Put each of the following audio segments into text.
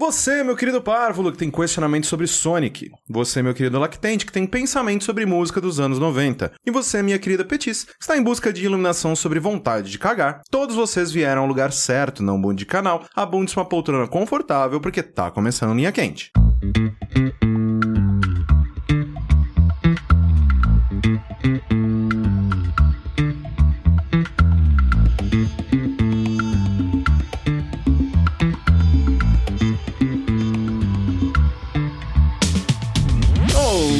Você, meu querido Párvulo, que tem questionamento sobre Sonic. Você, meu querido Lactente, que tem pensamento sobre música dos anos 90. E você, minha querida Petis, que está em busca de iluminação sobre vontade de cagar. Todos vocês vieram ao lugar certo, não bunde de canal, abunde uma poltrona confortável, porque tá começando linha quente.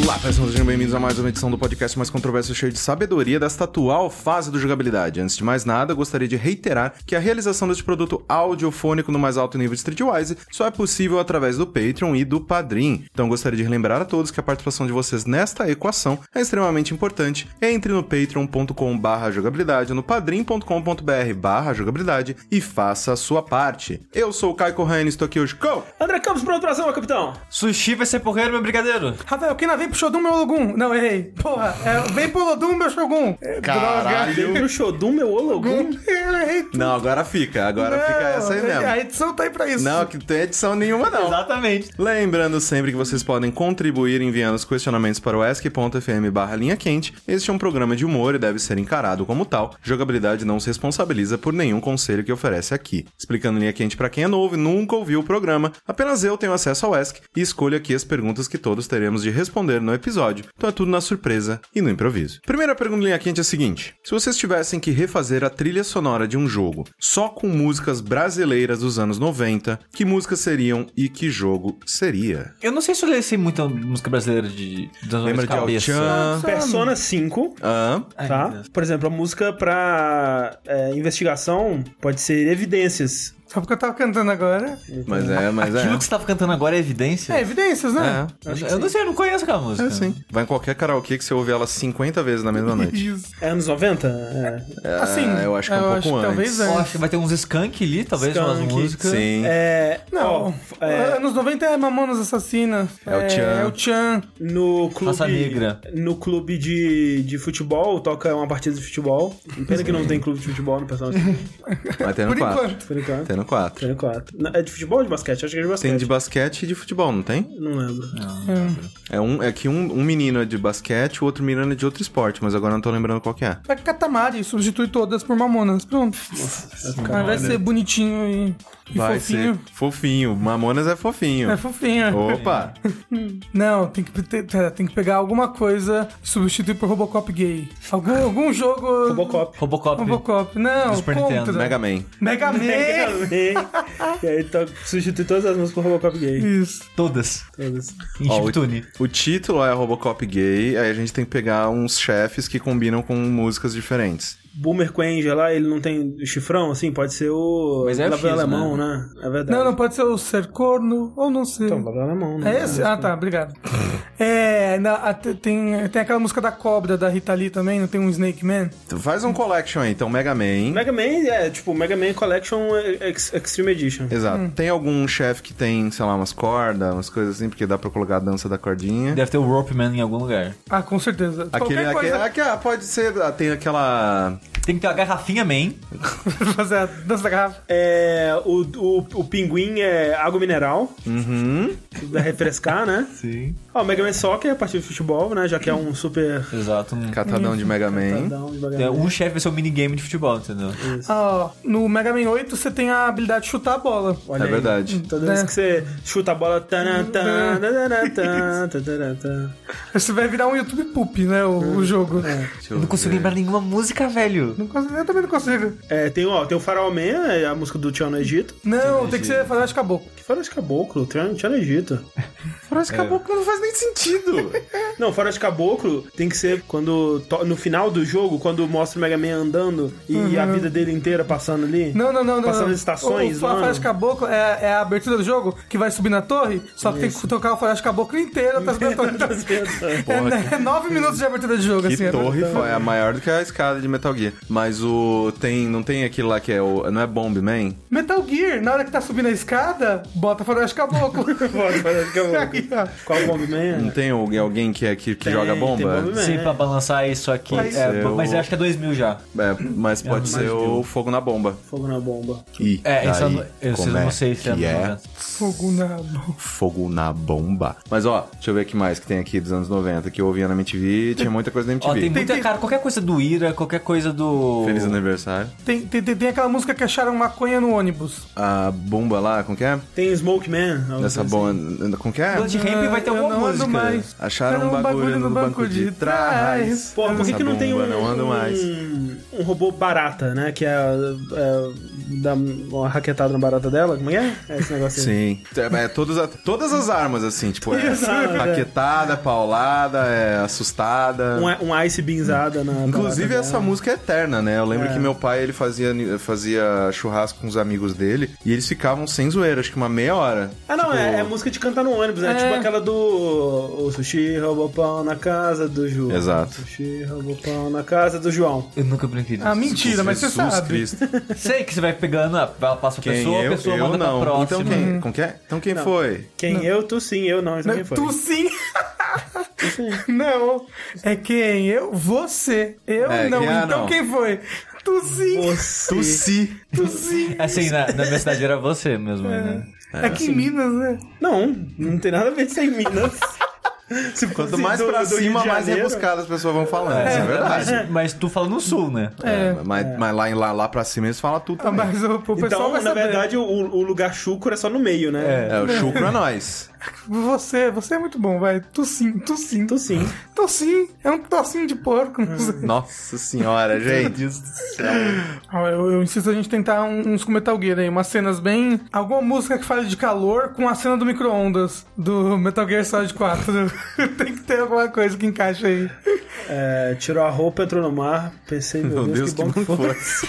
Olá, pessoas, sejam bem-vindos a mais uma edição do podcast mais controverso e cheio de sabedoria desta atual fase do jogabilidade. Antes de mais nada, gostaria de reiterar que a realização deste produto audiofônico no mais alto nível de Streetwise só é possível através do Patreon e do Padrim. Então gostaria de relembrar a todos que a participação de vocês nesta equação é extremamente importante. Entre no patreon.com barra jogabilidade, no padrim.com.br barra jogabilidade e faça a sua parte. Eu sou o Caio Corrêa e estou aqui hoje com... André Campos, pronto pra ação, capitão! Sushi vai ser porreiro, meu brigadeiro. Rafael, quem não vem pro Shogun, meu Logum. Não, errei. Porra, é, vem pro Lodum, meu Shogun. É, Caralho. No Shodum, meu Ologum. Eu errei tudo. Não, agora fica. Agora Não, fica essa aí mesmo. A edição tá aí pra isso. Não, que não tem edição nenhuma, não. Exatamente. Lembrando sempre que vocês podem contribuir enviando os questionamentos para o ask.fm barra linha quente. Este é um programa de humor e deve ser encarado como tal. Jogabilidade não se responsabiliza por nenhum conselho que oferece aqui. Explicando linha quente para quem é novo e nunca ouviu o programa, apenas eu tenho acesso ao ask e escolho aqui as perguntas que todos teremos de responder no episódio. Então é tudo na surpresa e no improviso. Primeira pergunta linha quente é a seguinte: se vocês tivessem que refazer a trilha sonora de um jogo só com músicas brasileiras dos anos 90, que músicas seriam e que jogo seria? Eu não sei se eu lancei muita música brasileira de das Lembra minhas de cabeça. Al-Chan? Persona 5, Hã? Ai, tá? meu Deus. Por exemplo, a música pra é, investigação pode ser Evidências. Só porque eu tava cantando agora. Mas é, mas Aquilo é. que você tava cantando agora é evidência? É, evidências, né? É, Eu, acho que eu não sei, eu não conheço aquela música. é sim. Vai em qualquer karaokê que você ouve ela 50 vezes na mesma noite. Isso. É anos 90? É. É, Assim, eu acho que é um eu pouco acho que antes. talvez é. Eu acho que vai ter uns skunk ali, talvez, Skunk. umas músicas. Sim. É, Não, ó, é, anos 90 é Mamonas Assassina. É o Tchan. É o Tchan. no clube. Raça Negra. No clube de, de futebol, toca uma partida de futebol. Pena que não tem clube de futebol no Persona 5, Vai ter no Por 4. enquanto. por enquanto. Tem no 4. Pena 4. É de futebol ou de basquete? Acho que é de basquete. Tem de basquete e de futebol, não tem? Não lembro. É, um, é que um, um menino é de basquete, o outro menino é de outro esporte, mas agora eu não tô lembrando qual que é. É Catamari, substitui todas por Mamonas. Pronto. Ao invés de ser bonitinho e, e Vai fofinho. ser fofinho. Mamonas é fofinho. É fofinha. Opa! Não, tem que, ter- ter- tem que pegar alguma coisa e substituir por Robocop gay. Algum, algum jogo. Robocop. Robocop. Robocop. Não, Do Super contra. Nintendo. Mega Man. Mega Man. e aí to- substitui todas as músicas por Robocop gay. Isso. Todas. Todas. Em Ó, o- chiptune. O título é Robocop Gay, aí a gente tem que pegar uns chefes que combinam com músicas diferentes. Boomer Quenja lá, ele não tem chifrão, assim, pode ser o. Mas é Label X, alemão, né? É verdade. Não, não pode ser o ser corno ou não ser. Então, Label alemão, né? É esse? Ah, tá, obrigado. É, na- a- te- tem, tem aquela música da cobra da Rita Lee também, não tem um Snake Man? Então, Faz um collection aí, então Mega Man. Mega Man é tipo Mega Man Collection Ex- Extreme Edition. Exato. Tem algum chefe que tem, sei lá, umas cordas, umas coisas assim, porque dá pra colocar a dança da cordinha. Deve ter o Rope Man em algum lugar. Ah, com certeza. Aquele, é Qualquer aquele, coisa aquela- pode ser, ah, tem aquela... Tem que ter uma garrafinha Man. pra fazer a dança da garrafa. É, o, o, o pinguim é água mineral. Uhum. Pra refrescar, né? Sim. Ó, o Mega Man Soccer é partido de futebol, né? Já que é um super. Exato. um- Catadão de Mega Man. Down, devagar. É, Um chefe vai ser um minigame de futebol, entendeu? Ah, ó, no Mega Man 8 você tem a habilidade de chutar a bola. Olha É aí. verdade. Toda vez É. que você chuta a bola. Taran, taran, taran, taran, taran, taran. Você vai virar um YouTube poop, né, o, É. o jogo. Deixa Eu não consigo ver. lembrar nenhuma música, velho. Não consigo- eu também não consigo. É, tem, ó, tem o Faraó Man, é a música do Tchan no Egito. Não, tem que ser fazer de caboclo. Que Faraó de Caboclo, Tchan Tchan no Egito. Parece que caboclo não faz nem sentido. Não, Faraó de Caboclo tem que ser quando. to- No final do jogo, quando mostra o Mega Man andando e a vida dele inteira passando ali. Uhum. Não, não, não, não. Passando não. as estações, O, o mano. Forest Caboclo é, é a abertura do jogo que vai subir na torre, só que tem que tocar o Forest Caboclo inteiro até subir na torre. Então, é, né, é nove minutos de abertura de jogo, assim. Que é. torre foi, é maior do que a escada de Metal Gear. Mas o. Tem. Não tem aquele lá que é o. Não é Bomb Man? Metal Gear, na hora que tá subindo a escada, bota Forest Caboclo. Faraó de Caboclo. Aí, ó. Qual o Bomb Man? tem alguém- alguém que, é, que, que Tem, joga tem bomba? bomba. Sim, É. pra balançar isso aqui. Pode é, ser mas o- eu acho que é 2000 já. É, mas pode não ser imagino. o fogo na bomba. Fogo na bomba. Ih, É, isso eu daí, não- eu- isso eu como não sei se é que anos é 90. Fogo na mão. Fogo na bomba. Mas ó, deixa eu ver o que mais que tem aqui dos anos 90 que eu ouvia na MTV. Tinha muita coisa na Ó, tem MTV. muita tem- cara, qualquer coisa do Ira, qualquer coisa do. Tipo, Feliz aniversário. Tem, tem, tem, tem aquela música que acharam maconha no ônibus. A bomba lá, como que é? Tem Smoke Man. alguma Essa coisa bomba. Como que é? Blood Ramp vai ter Ah, Eu alguma não ando música. mais. Acharam um Era bagulho, no, banco, de, trás. assim. Porra, por que, Essa que não tem bomba um, não anda mais. um, um robô barata, né? Que é, é dá uma raquetada na barata dela? Como é? que é? É esse negócio aí. Sim. É, é, todas, a- todas as armas, assim, tipo, é Todas as armas, paquetada, paulada, é assustada. Um, um ice binzada na Inclusive, barata essa dela. música é eterna, né? Eu lembro que meu pai, ele fazia, fazia churrasco com os amigos dele e eles ficavam sem zoeira, acho que uma meia hora. Ah, não, é, Tipo, é música de cantar no ônibus, né? É. Tipo aquela do. O sushi roubou pão na casa do João. Exato. Sushi roubou pão na casa do João. Eu nunca brinquei disso. Ah, mentira, mas você Jesus sabe. Cristo. Sei que você vai pegando, ela passa a Quem pessoa, a eu, pessoa eu manda pra não. próxima. Então quem, com quem? Então quem foi? Quem eu, tu sim, eu não, isso Não, quem foi. tu sim. não. É quem? Eu? Você. Eu É, não. quem- ah, então não. quem foi? Tu sim. Você. Tu se. Tu sim. Assim, na, na minha cidade era você mesmo, né? É, aqui em Minas, né? Não, não tem nada a ver com isso aí, Minas. Se Quanto fosse mais do- pra do Rio de cima, mais Janeiro- rebuscada as pessoas vão falando. isso é verdade. Mas, mas tu fala no sul, né? É, mas, mas lá, em- lá, lá pra cima eles falam É tudo Ah, também. Mas o, o pessoal Então, vai na saber. verdade, o, o lugar chucro é só no meio, né? É, o chucro é nós. Você, você é muito bom, vai. Tu sim, tu sim. Tu sim. Tu sim. É um tocinho de porco. Não sei. Nossa senhora, gente. Ó, Eu, eu insisto a gente tentar um- uns com Metal Gear aí, umas cenas bem. Alguma música que fale de calor com a cena do micro-ondas do Metal Gear Solid 4. Tem que ter alguma coisa que encaixe aí. É, tirou a roupa, entrou no mar, pensei, meu, Meu Deus, que bom que foi. fosse.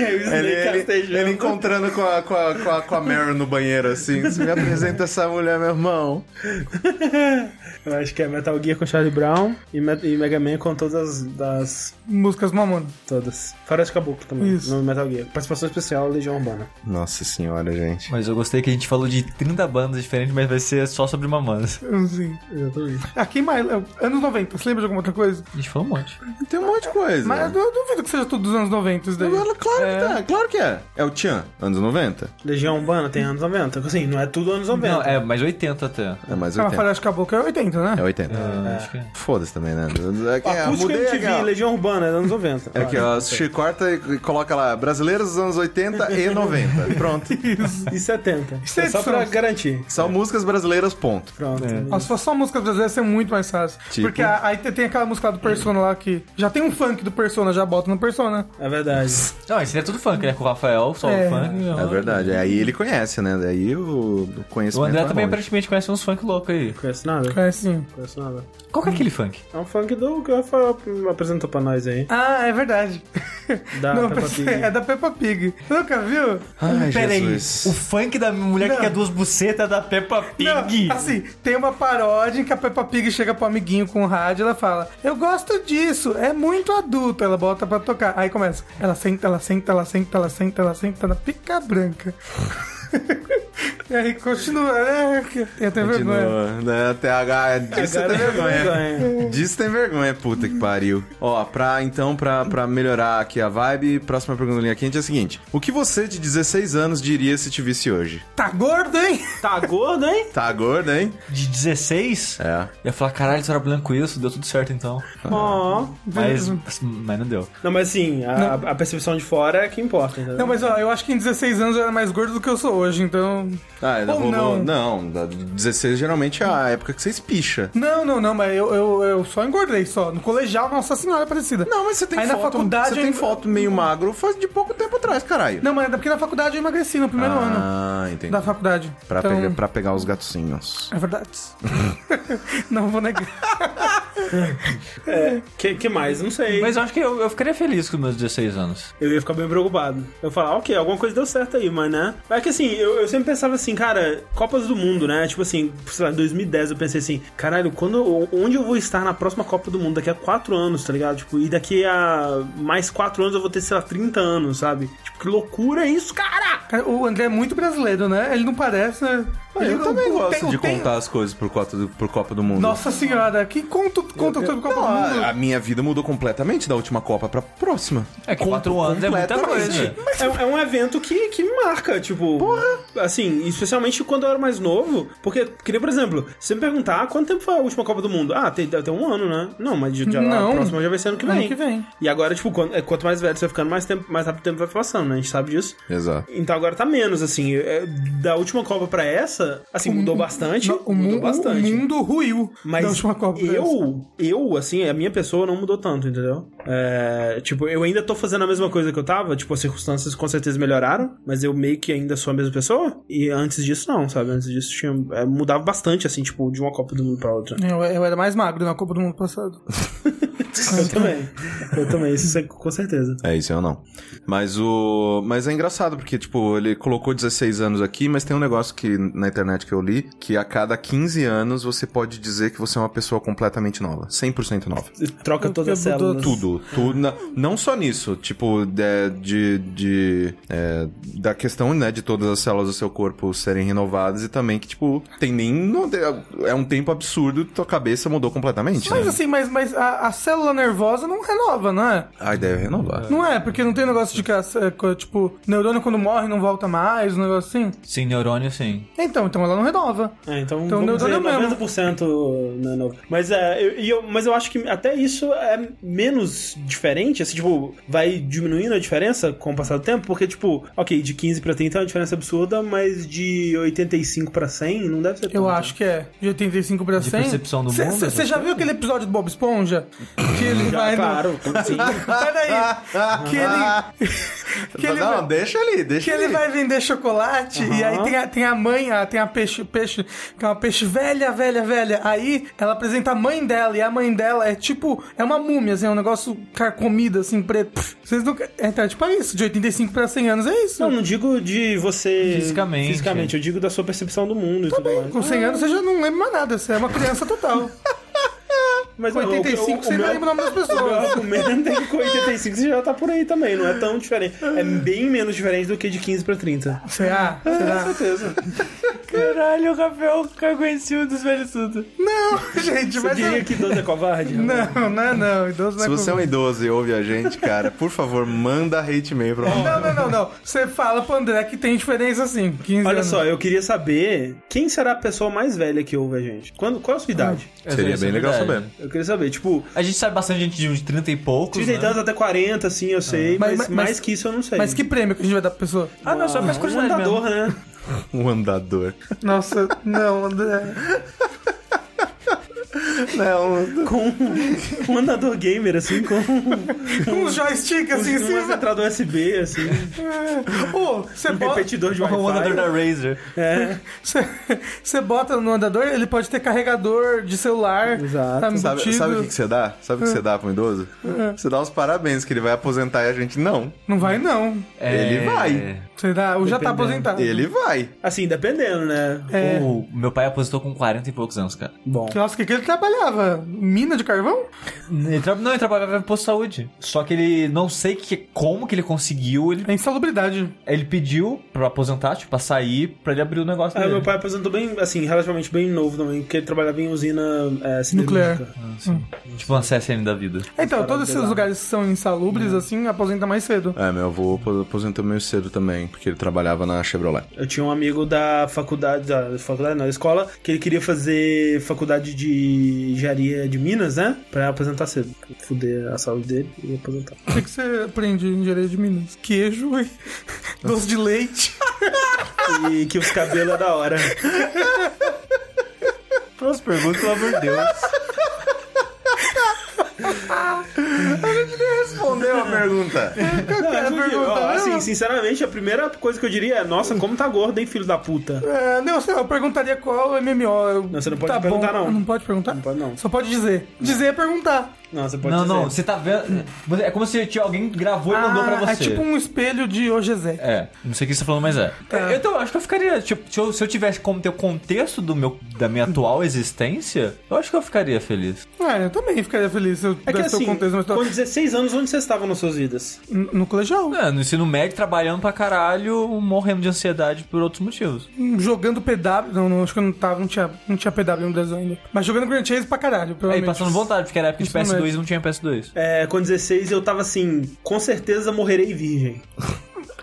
E aí o Snake Ele, ele, castejando. ele encontrando com a, com, a, com, a, com a Meryl no banheiro, assim. "Você Me apresenta essa mulher, meu irmão. Eu acho que é Metal Gear com Charlie Brown e, Me- e Mega Man com todas as... Das, Músicas mamona. todas. Fora de Caboclo também, Isso. no Metal Gear. Participação especial, Legião Urbana. Nossa senhora, gente. Mas eu gostei que a gente falou de 30 bandas diferentes, mas vai ser só sobre mamonas. Sim. Exatamente. Aqui mais. É, Anos 90, você lembra de alguma outra coisa? A gente falou um monte. Tem um monte de coisa. Mas eu duvido que seja tudo dos anos 90 isso daí. Agora, claro que tá, claro que é. É o Tchan, anos 90. Legião Urbana tem anos 90. Assim, não é tudo anos 90. Não, é, mais 80 até. É mais Ah, mas 80. falha de caboclo é 80, né? É 80. Ah, acho que- Foda-se também, né? É, que- é, Acústica mudei MTV, aquela- Legião Urbana, é anos 90. É que Ah, ó, se corta e coloca lá, brasileiros dos anos 80 e 90. Pronto. E 70. Isso é é só edição. pra garantir. São músicas brasileiras, ponto. Pronto. É. Nossa, se fosse só música brasileira, ia ser muito mais fácil. Tipo? Porque a- aí tem tem aquela música lá do Persona lá que já tem um funk do Persona, já bota no Persona. É verdade. Não, esse é tudo funk, né? Com o Rafael, só É. o funk. né? É verdade. Aí ele conhece, né? Daí o O conhecimento. André é também longe. aparentemente conhece uns funk loucos aí. Conhece nada? É assim. Conhece nada. Qual que é aquele funk? É um funk do que o Rafael apresentou pra nós aí. Ah, é verdade. Da Não, Peppa pensei- Pig. É da Peppa Pig. Você nunca viu? Ai, Peraí, Jesus. o funk da mulher Não. que quer duas bucetas da Peppa Pig. Não, assim, tem uma paródia em que a Peppa Pig chega pro amiguinho com o rádio e ela fala: Eu gosto disso, é muito adulto. Ela bota pra tocar. Aí começa: Ela senta, ela senta, ela senta, ela senta, ela senta na pica branca. e aí continua. É, tem até vergonha. Continua. Né? Até a... Disso Agora tem é vergonha. vergonha. Disso tem vergonha, puta que pariu. Ó, pra então, pra, pra melhorar aqui a vibe, próxima pergunta da linha quente é a seguinte: O que você de 16 anos diria se te visse hoje? Tá gordo, hein? Tá gordo, hein? Tá gordo, hein? De 16? É. Ia falar, caralho, você era branco com isso, deu tudo certo então. Ah. Ó. Mas, assim, mas não deu. Não, mas assim, a, a percepção de fora é que importa, entendeu? Não, mas ó, eu acho que em 16 anos eu era mais gordo do que eu sou hoje, então. Ah, Ou vou- vou- não. Não, da- 16 geralmente é a época que vocês picha. Não, não, não, mas eu, eu, eu só engordei só. No colegial, Nossa Senhora Aparecida. Não, mas você tem Aí na foto. faculdade você eu tem en- foto meio magro faz de pouco tempo atrás, caralho. Não, mas é porque na faculdade eu emagreci no primeiro ano ah, entendi. da faculdade. Pra, Então, pegar, pra pegar os gatinhos. É verdade. não vou negar. Que, que mais? Não sei. Mas eu acho que eu, eu ficaria feliz com meus 16 anos. Eu ia ficar bem preocupado. Eu ia falar, ok, alguma coisa deu certo aí, mas né? Mas é que assim, eu, eu sempre pensava assim, cara, Copas do Mundo, né? Tipo assim, sei lá, em 2010 eu pensei assim, caralho, quando, onde eu vou estar na próxima Copa do Mundo? Daqui a quatro anos, tá ligado? Tipo, e daqui a mais quatro anos eu vou ter, sei lá, 30 anos, sabe? Tipo, que loucura é isso, cara! Cara, O André é muito brasileiro, né? Ele não parece, né? Ele- Eu também o- o- gosto tem- de o- tem- contar as coisas por Copa do, por Copa do Mundo. Nossa senhora, que conta, conta sobre Copa do Não, é, Mundo. a, a minha vida mudou completamente da última Copa pra próxima. É que quatro anos é muita coisa. É, é um evento que, que me marca, tipo. Assim, especialmente quando eu era mais novo. Porque, queria, por exemplo, se você me perguntar "Ah, quanto tempo foi a última Copa do Mundo? Ah, tem até um ano, né? Não, mas já, a Não. próxima já vai ser ano que Ano vem. que vem. E agora, tipo, quando- é, quanto mais velho você vai ficando, mais, tempo, mais rápido o tempo vai passando, né? A gente sabe disso. Exato. Então agora tá menos, assim. é, da última Copa pra essa, assim, mudou bastante. Não, o, mudou mundo, bastante. o mundo ruiu Mas da última Copa. né? eu, eu, assim, a minha pessoa não mudou tanto, entendeu? É, tipo, eu ainda tô fazendo a mesma coisa que eu tava. Tipo, as circunstâncias com certeza melhoraram, mas eu meio que ainda sou a mesma pessoa. E antes disso, não, sabe? Antes disso, tinha, é, mudava bastante, assim, tipo, de uma Copa do Mundo pra outra. Eu, eu era mais magro na Copa do Mundo passado. Eu também. Eu também, isso é com certeza. É isso, eu não. Mas o. Mas é engraçado, porque, tipo, ele colocou 16 anos aqui, mas tem um negócio que na internet que eu li, que a cada 15 anos você pode dizer que você é uma pessoa completamente nova. 100% nova. E Troca Eu- todas eu as mudou células. Tudo, tudo. na- Não só nisso, tipo, de. de, de, é, da questão, né, de todas as células do seu corpo serem renovadas e também que, tipo, tem nem. não- É um tempo absurdo, tua cabeça mudou completamente. Mas né? assim, mas, mas a, a célula nervosa não renova, não é? A ideia é renovar. Não é, porque não tem negócio de que, a ce- co- tipo, neurônio quando morre não volta mais, um negócio assim. Sim, neurônio sim. Então, então ela não renova. É, então, Então, vamos dizer, neurônio mesmo. 90% não é novo. Mas, é, eu, e eu- mas eu acho que até isso é menos diferente, assim, tipo, vai diminuindo a diferença com o passar do tempo, porque, tipo, ok, de 15 pra 30 é uma diferença absurda, mas de 85 pra 100 não deve ser Eu acho que é. De 85 pra 100. percepção do Cê- mundo, cê- Você essas já viu aquele episódio do Bob Esponja? Que ele Já, vai. né? no- claro, assim? sim. Peraí. que ele. que ele não, vai- deixa ali, deixa Que ele ali. vai vender chocolate e aí tem a, tem a mãe, a- tem a peixe, peixe, que é uma peixe velha, velha, velha. Aí ela apresenta a mãe dela e a mãe dela é tipo, é uma múmia, assim, é um negócio carcomido, assim, preto. Pff, Vocês não. Então, é tipo é isso, de 85 pra 100 anos é isso. Não, não digo de você... Fisicamente. Fisicamente, eu digo da sua percepção do mundo e tudo mais. Tá Com 100 anos você já não lembra mais nada, você é uma criança total. Mas Com não, o- 85 o- você o não meu- lembra o nome das O meu pessoas. argumento é que com 85 você já tá por aí também, não é tão diferente. É bem menos diferente do que de 15 pra 30. Será? Com Será? certeza. Caralho, o Rafael cagou em cima dos velhos tudo. Não, gente, Você mas. diria que idoso é covarde? Não, não é não. Idoso não Se é você é um idoso e ouve a gente, cara, por favor, manda hate mail pra um, mim. Não, não, não, não. Você fala pro André que tem diferença assim. 15 Olha anos. só, eu queria saber quem será a pessoa mais velha que ouve a gente. Quando, qual é a sua idade? Ah. Seria bem legal saber. Eu queria saber, tipo, A gente sabe bastante gente de uns 30 e poucos. 30 e né? tantos até 40, assim, eu sei, mas, Mas- mas- mais mas- que isso eu não sei. Mas que prêmio que a gente vai dar pra pessoa? Ah, não, só Ah, mais um curiosidade andador, mesmo. né? Um andador. Nossa, não, André. Né, Não, Com um andador gamer, assim, com Com um joystick assim em uma cima. entrada USB, assim, Ô, você um bota, repetidor de Um andador da Wi-Fi. Razer. É, você, você bota no andador, ele pode ter carregador de celular. Exato. Tá sabe, embutido. É. sabe o que que você dá? Sabe o que você dá pra um idoso? Você dá os parabéns que ele vai aposentar e a gente não. Não vai, não. Ele É, vai. Você dá, ou já tá Dependendo. aposentado. Ele vai. assim, dependendo, né? É. O meu pai aposentou com 40 e poucos anos, cara. Bom, Nossa, o que, que ele trabalhava? Mina de carvão? Ele tra- Não, ele trabalhava no posto de saúde. Só que ele, não sei que, como que ele conseguiu, ele, É insalubridade. ele pediu pra aposentar, tipo, pra sair, pra ele abrir o negócio Ah, dele. meu pai aposentou bem, assim, relativamente bem novo também, porque ele trabalhava em usina é, siderúrgica. Nuclear. Ah, sim. Tipo, uma CSN da vida. Então, Parada todos esses lá. lugares que são insalubres, assim, aposenta mais cedo. É, meu avô apo- aposentou meio cedo também, porque ele trabalhava na Chevrolet. Eu tinha um amigo da faculdade, da faculdade não, da escola, que ele queria fazer faculdade de engenharia de Minas, né? Pra aposentar cedo. Fuder a saúde dele e aposentar. O que, que você aprende em engenharia de Minas? Queijo e doce de leite. E que os cabelos é da hora. Próxima pergunta, pelo amor de Deus. respondeu a pergunta. Não, quero mas, perguntar, ó, né? assim, sinceramente, a primeira coisa que eu diria é: Nossa, como tá gordo, hein, filho da puta? É, não, sei lá, eu perguntaria qual é o Tá MMO. Eu- Não, você não pode perguntar, não. Não pode perguntar? Não pode, não. Só pode dizer. Dizer é perguntar. Não, você pode Não, dizer. não, você tá vendo. É como se tinha alguém gravou e mandou pra você. É tipo um espelho de Ogezé. É, não sei o que você tá falando, mas é. Tá. Eu, então, acho que eu ficaria, tipo, se eu, se eu tivesse como ter o contexto do meu, da minha atual existência, eu acho que eu ficaria feliz. Ah, eu também ficaria feliz se eu É que desse o assim, contexto, mas tá- tô... com 16 anos, onde vocês estavam nas suas vidas? N- no colegial. É, no ensino médio, trabalhando pra caralho, morrendo de ansiedade por outros motivos. hum, Jogando PW. Não, não, acho que eu não tava, não tinha, não tinha PW no Brasil ainda. Mas jogando Grand Chase pra caralho, Aí provavelmente. passando vontade, porque era época de Ensino PS2 médio. e não tinha PS2. É, com 16 eu tava assim, com certeza morrerei virgem.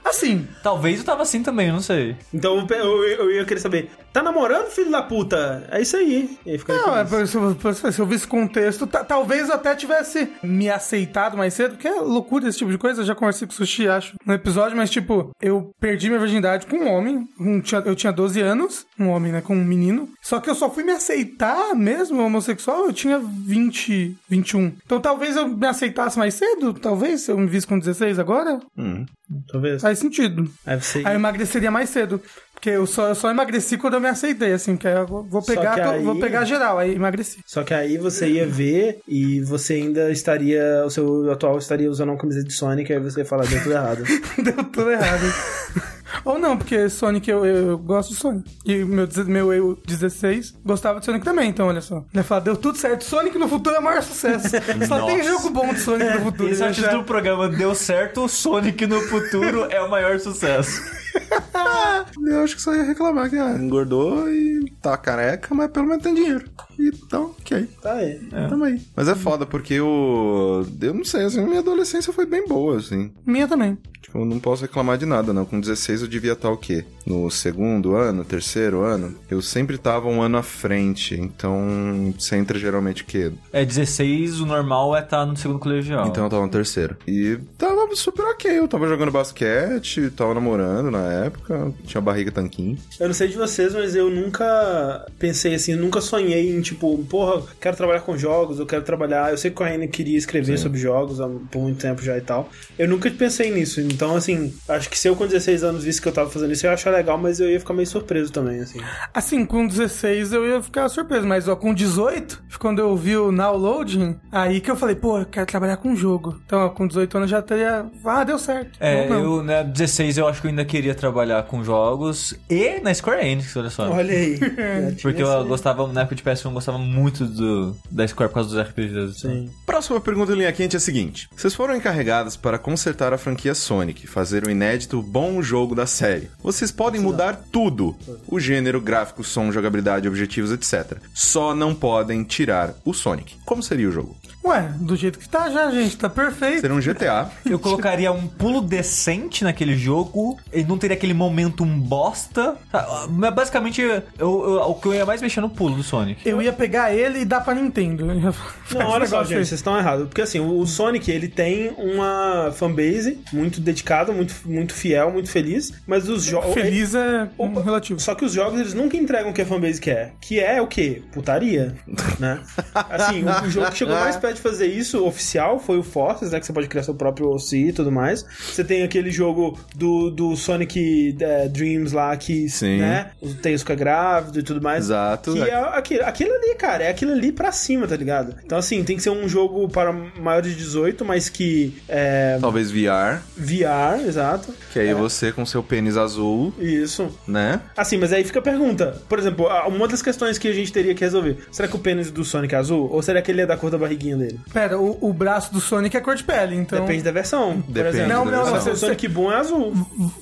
Assim, Talvez eu tava assim também, eu não sei. Então eu, eu- eu ia querer saber, tá namorando, filho da puta? É isso aí. E aí ficaria Não, é, feliz. se, eu, se eu visse contexto, ta- talvez eu até tivesse me aceitado mais cedo, porque é loucura esse tipo de coisa. Eu já conversei com o Sushi, acho, no episódio, mas tipo, eu perdi minha virgindade com um homem. um tinha- eu tinha 12 anos, um homem, né, com um menino. Só que eu só fui me aceitar mesmo homossexual, eu tinha 20, 21. Então talvez eu me aceitasse mais cedo, talvez, se eu me visse com 16 agora. Hum. Talvez. Faz sentido. Aí você... Aí eu emagreceria mais cedo. Porque eu só, eu só emagreci quando eu me aceitei, assim, porque aí eu vou- vou Só pegar, que to- vou aí- pegar geral, aí emagreci. Só que aí você ia ver e você ainda estaria. O seu atual estaria usando uma camisa de Sonic, aí você ia falar, deu tudo errado. Deu tudo errado. Ou não, porque Sonic eu, eu- eu gosto de Sonic. E o meu, deze- meu eu 16 gostava de Sonic também, então olha só. Ele ia falar, deu tudo certo. Sonic no futuro é o maior sucesso. Só tem Nossa. jogo bom de Sonic no futuro. Esse é o né? título do programa, deu certo, o Sonic no futuro é o maior sucesso. Eu acho que só ia reclamar que ah, engordou e tá careca, mas pelo menos tem dinheiro. Então, ok. tá aí. Tamo aí. Mas é foda, porque o. Eu não sei, assim, minha adolescência foi bem boa, assim. Minha também. Tipo, eu não posso reclamar de nada, não. Com 16 eu devia estar o quê? No segundo ano, terceiro ano, eu sempre tava um ano à frente. Então, você entra geralmente o quê? É 16, o normal é estar no segundo colegial. Então eu tava no terceiro. E tava super ok. Eu tava jogando basquete, tava namorando na época, tinha barriga tanquinho. Eu não sei de vocês, mas eu nunca pensei assim, eu nunca sonhei em tipo, porra, quero trabalhar com jogos, eu quero trabalhar. Eu sei que a Anne queria escrever sobre jogos há por muito tempo já e tal. Eu nunca pensei nisso. Então, assim, acho que se eu com 16 anos visse que eu tava fazendo isso, eu ia achar legal, mas eu ia ficar meio surpreso também, assim. Assim, com 16 eu ia ficar surpreso, mas ó, com 18, quando eu vi o Now Loading, aí que eu falei, pô, eu quero trabalhar com jogo. Então, ó, com 18 anos eu já teria. Ah, deu certo. É, Ou não. eu, né, 16 eu acho que eu ainda queria trabalhar com jogos e na Square Enix, olha só. Olha aí. Porque eu gostava, na época de PS1, eu gostava muito do, da Square por causa dos RPGs. Sim. Próxima pergunta em linha quente é a seguinte: Vocês foram encarregados para consertar a franquia Sonic, fazer o inédito bom jogo da série. Vocês podem mudar tudo: o gênero, gráfico, som, jogabilidade, objetivos, etc. Só não podem tirar o Sonic. Como seria o jogo? Ué, do jeito que tá já, gente, tá perfeito. Seria um GTA. Eu colocaria um pulo decente naquele jogo, e não teria aquele momento um bosta. Ah, Mas basicamente, eu, eu- o que eu ia mais mexer no pulo do Sonic. Eu ia pegar ele e dar pra Nintendo. Eu ia Não, fazer olha esse só, negócio gente, aí. vocês estão errados. Porque assim, o Sonic, ele tem uma fanbase muito dedicada, muito, muito fiel, muito feliz, mas os jogos... Feliz é um Opa. relativo. Só que os jogos, eles nunca entregam o que a fanbase quer. Que é o quê? Putaria, né? Assim, o, o jogo que chegou mais perto de fazer isso, oficial, foi o Forces, né? Que você pode criar seu próprio OC e tudo mais. Você tem aquele jogo do, do Sonic eh, Dreams lá, que, Sim. né? O Tails fica grávido e tudo mais. Exato. Que é aquilo, aquilo ali, cara, é aquilo ali pra cima, tá ligado? Então, assim, tem que ser um jogo para maior de 18, mas que é Talvez VR, VR, exato. que aí você com seu pênis azul, Isso. né? Assim, mas aí fica a pergunta. Por exemplo, a- uma das questões que a gente teria que resolver: será que o pênis do Sonic é azul? Ou será que ele é da cor da barriguinha dele? Pera, o, o braço do Sonic é cor de pele, então. Depende da versão. Por Depende exemplo, da Não, não, versão. não, Mas o Sonic bom é azul.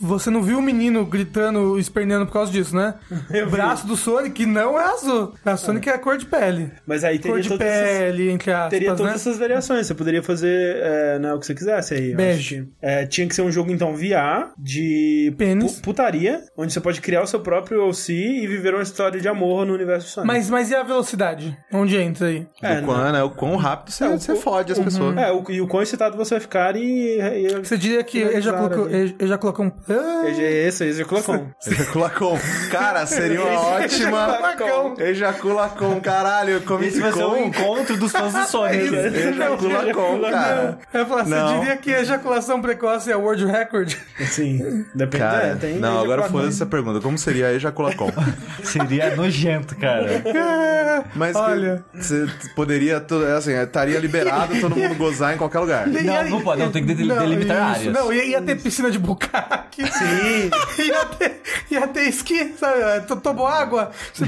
Você não viu o menino gritando, esperneando por causa disso, né? Eu o vi. braço do Sonic não é azul. O braço do Sonic é cor de pele. Mas aí Cor teria de todas, essas, pele, entre aspas, teria todas né? essas variações. Você poderia fazer é, né, o que você quisesse aí. eu Bege. acho que- É, tinha que ser um jogo, então, VR, de Pênis. pu- putaria, onde você pode criar o seu próprio OC e viver uma história de amor no universo do Sonic. Mas, mas e a velocidade? Onde entra aí? É, do quão, né? O quão rápido você, É, o- você fode as pessoas. É, o- e o quão excitado você vai ficar e. e, e Você diria que Finalizar, eu já colocou, né? eu, eu já colocou um. Ah, esse, ejaculacom. Ejaculacom. Cara, seria uma ótima. Ejaculacom. Ejaculacom, caralho. Esse é um vai ser o Comicom. encontro dos fãs do Sonic. Isso. né? Ejaculacom, cara. Eu ia falar, Não. você diria que a ejaculação precoce é world record? Sim, Assim, depende. Cara, é, tem não, agora ejaculacom. foi essa pergunta. Como seria a ejaculacom? Seria nojento, cara. É. Mas Olha. você poderia, tu- assim, estaria liberado todo mundo gozar em qualquer lugar. E Não, aí- não pode, não, tem que de- delimitar áreas. Não, ia, ia ter piscina de bucaque. Sim. ia, ter, ia ter esqui, sabe? Tô- Tomou água. Você,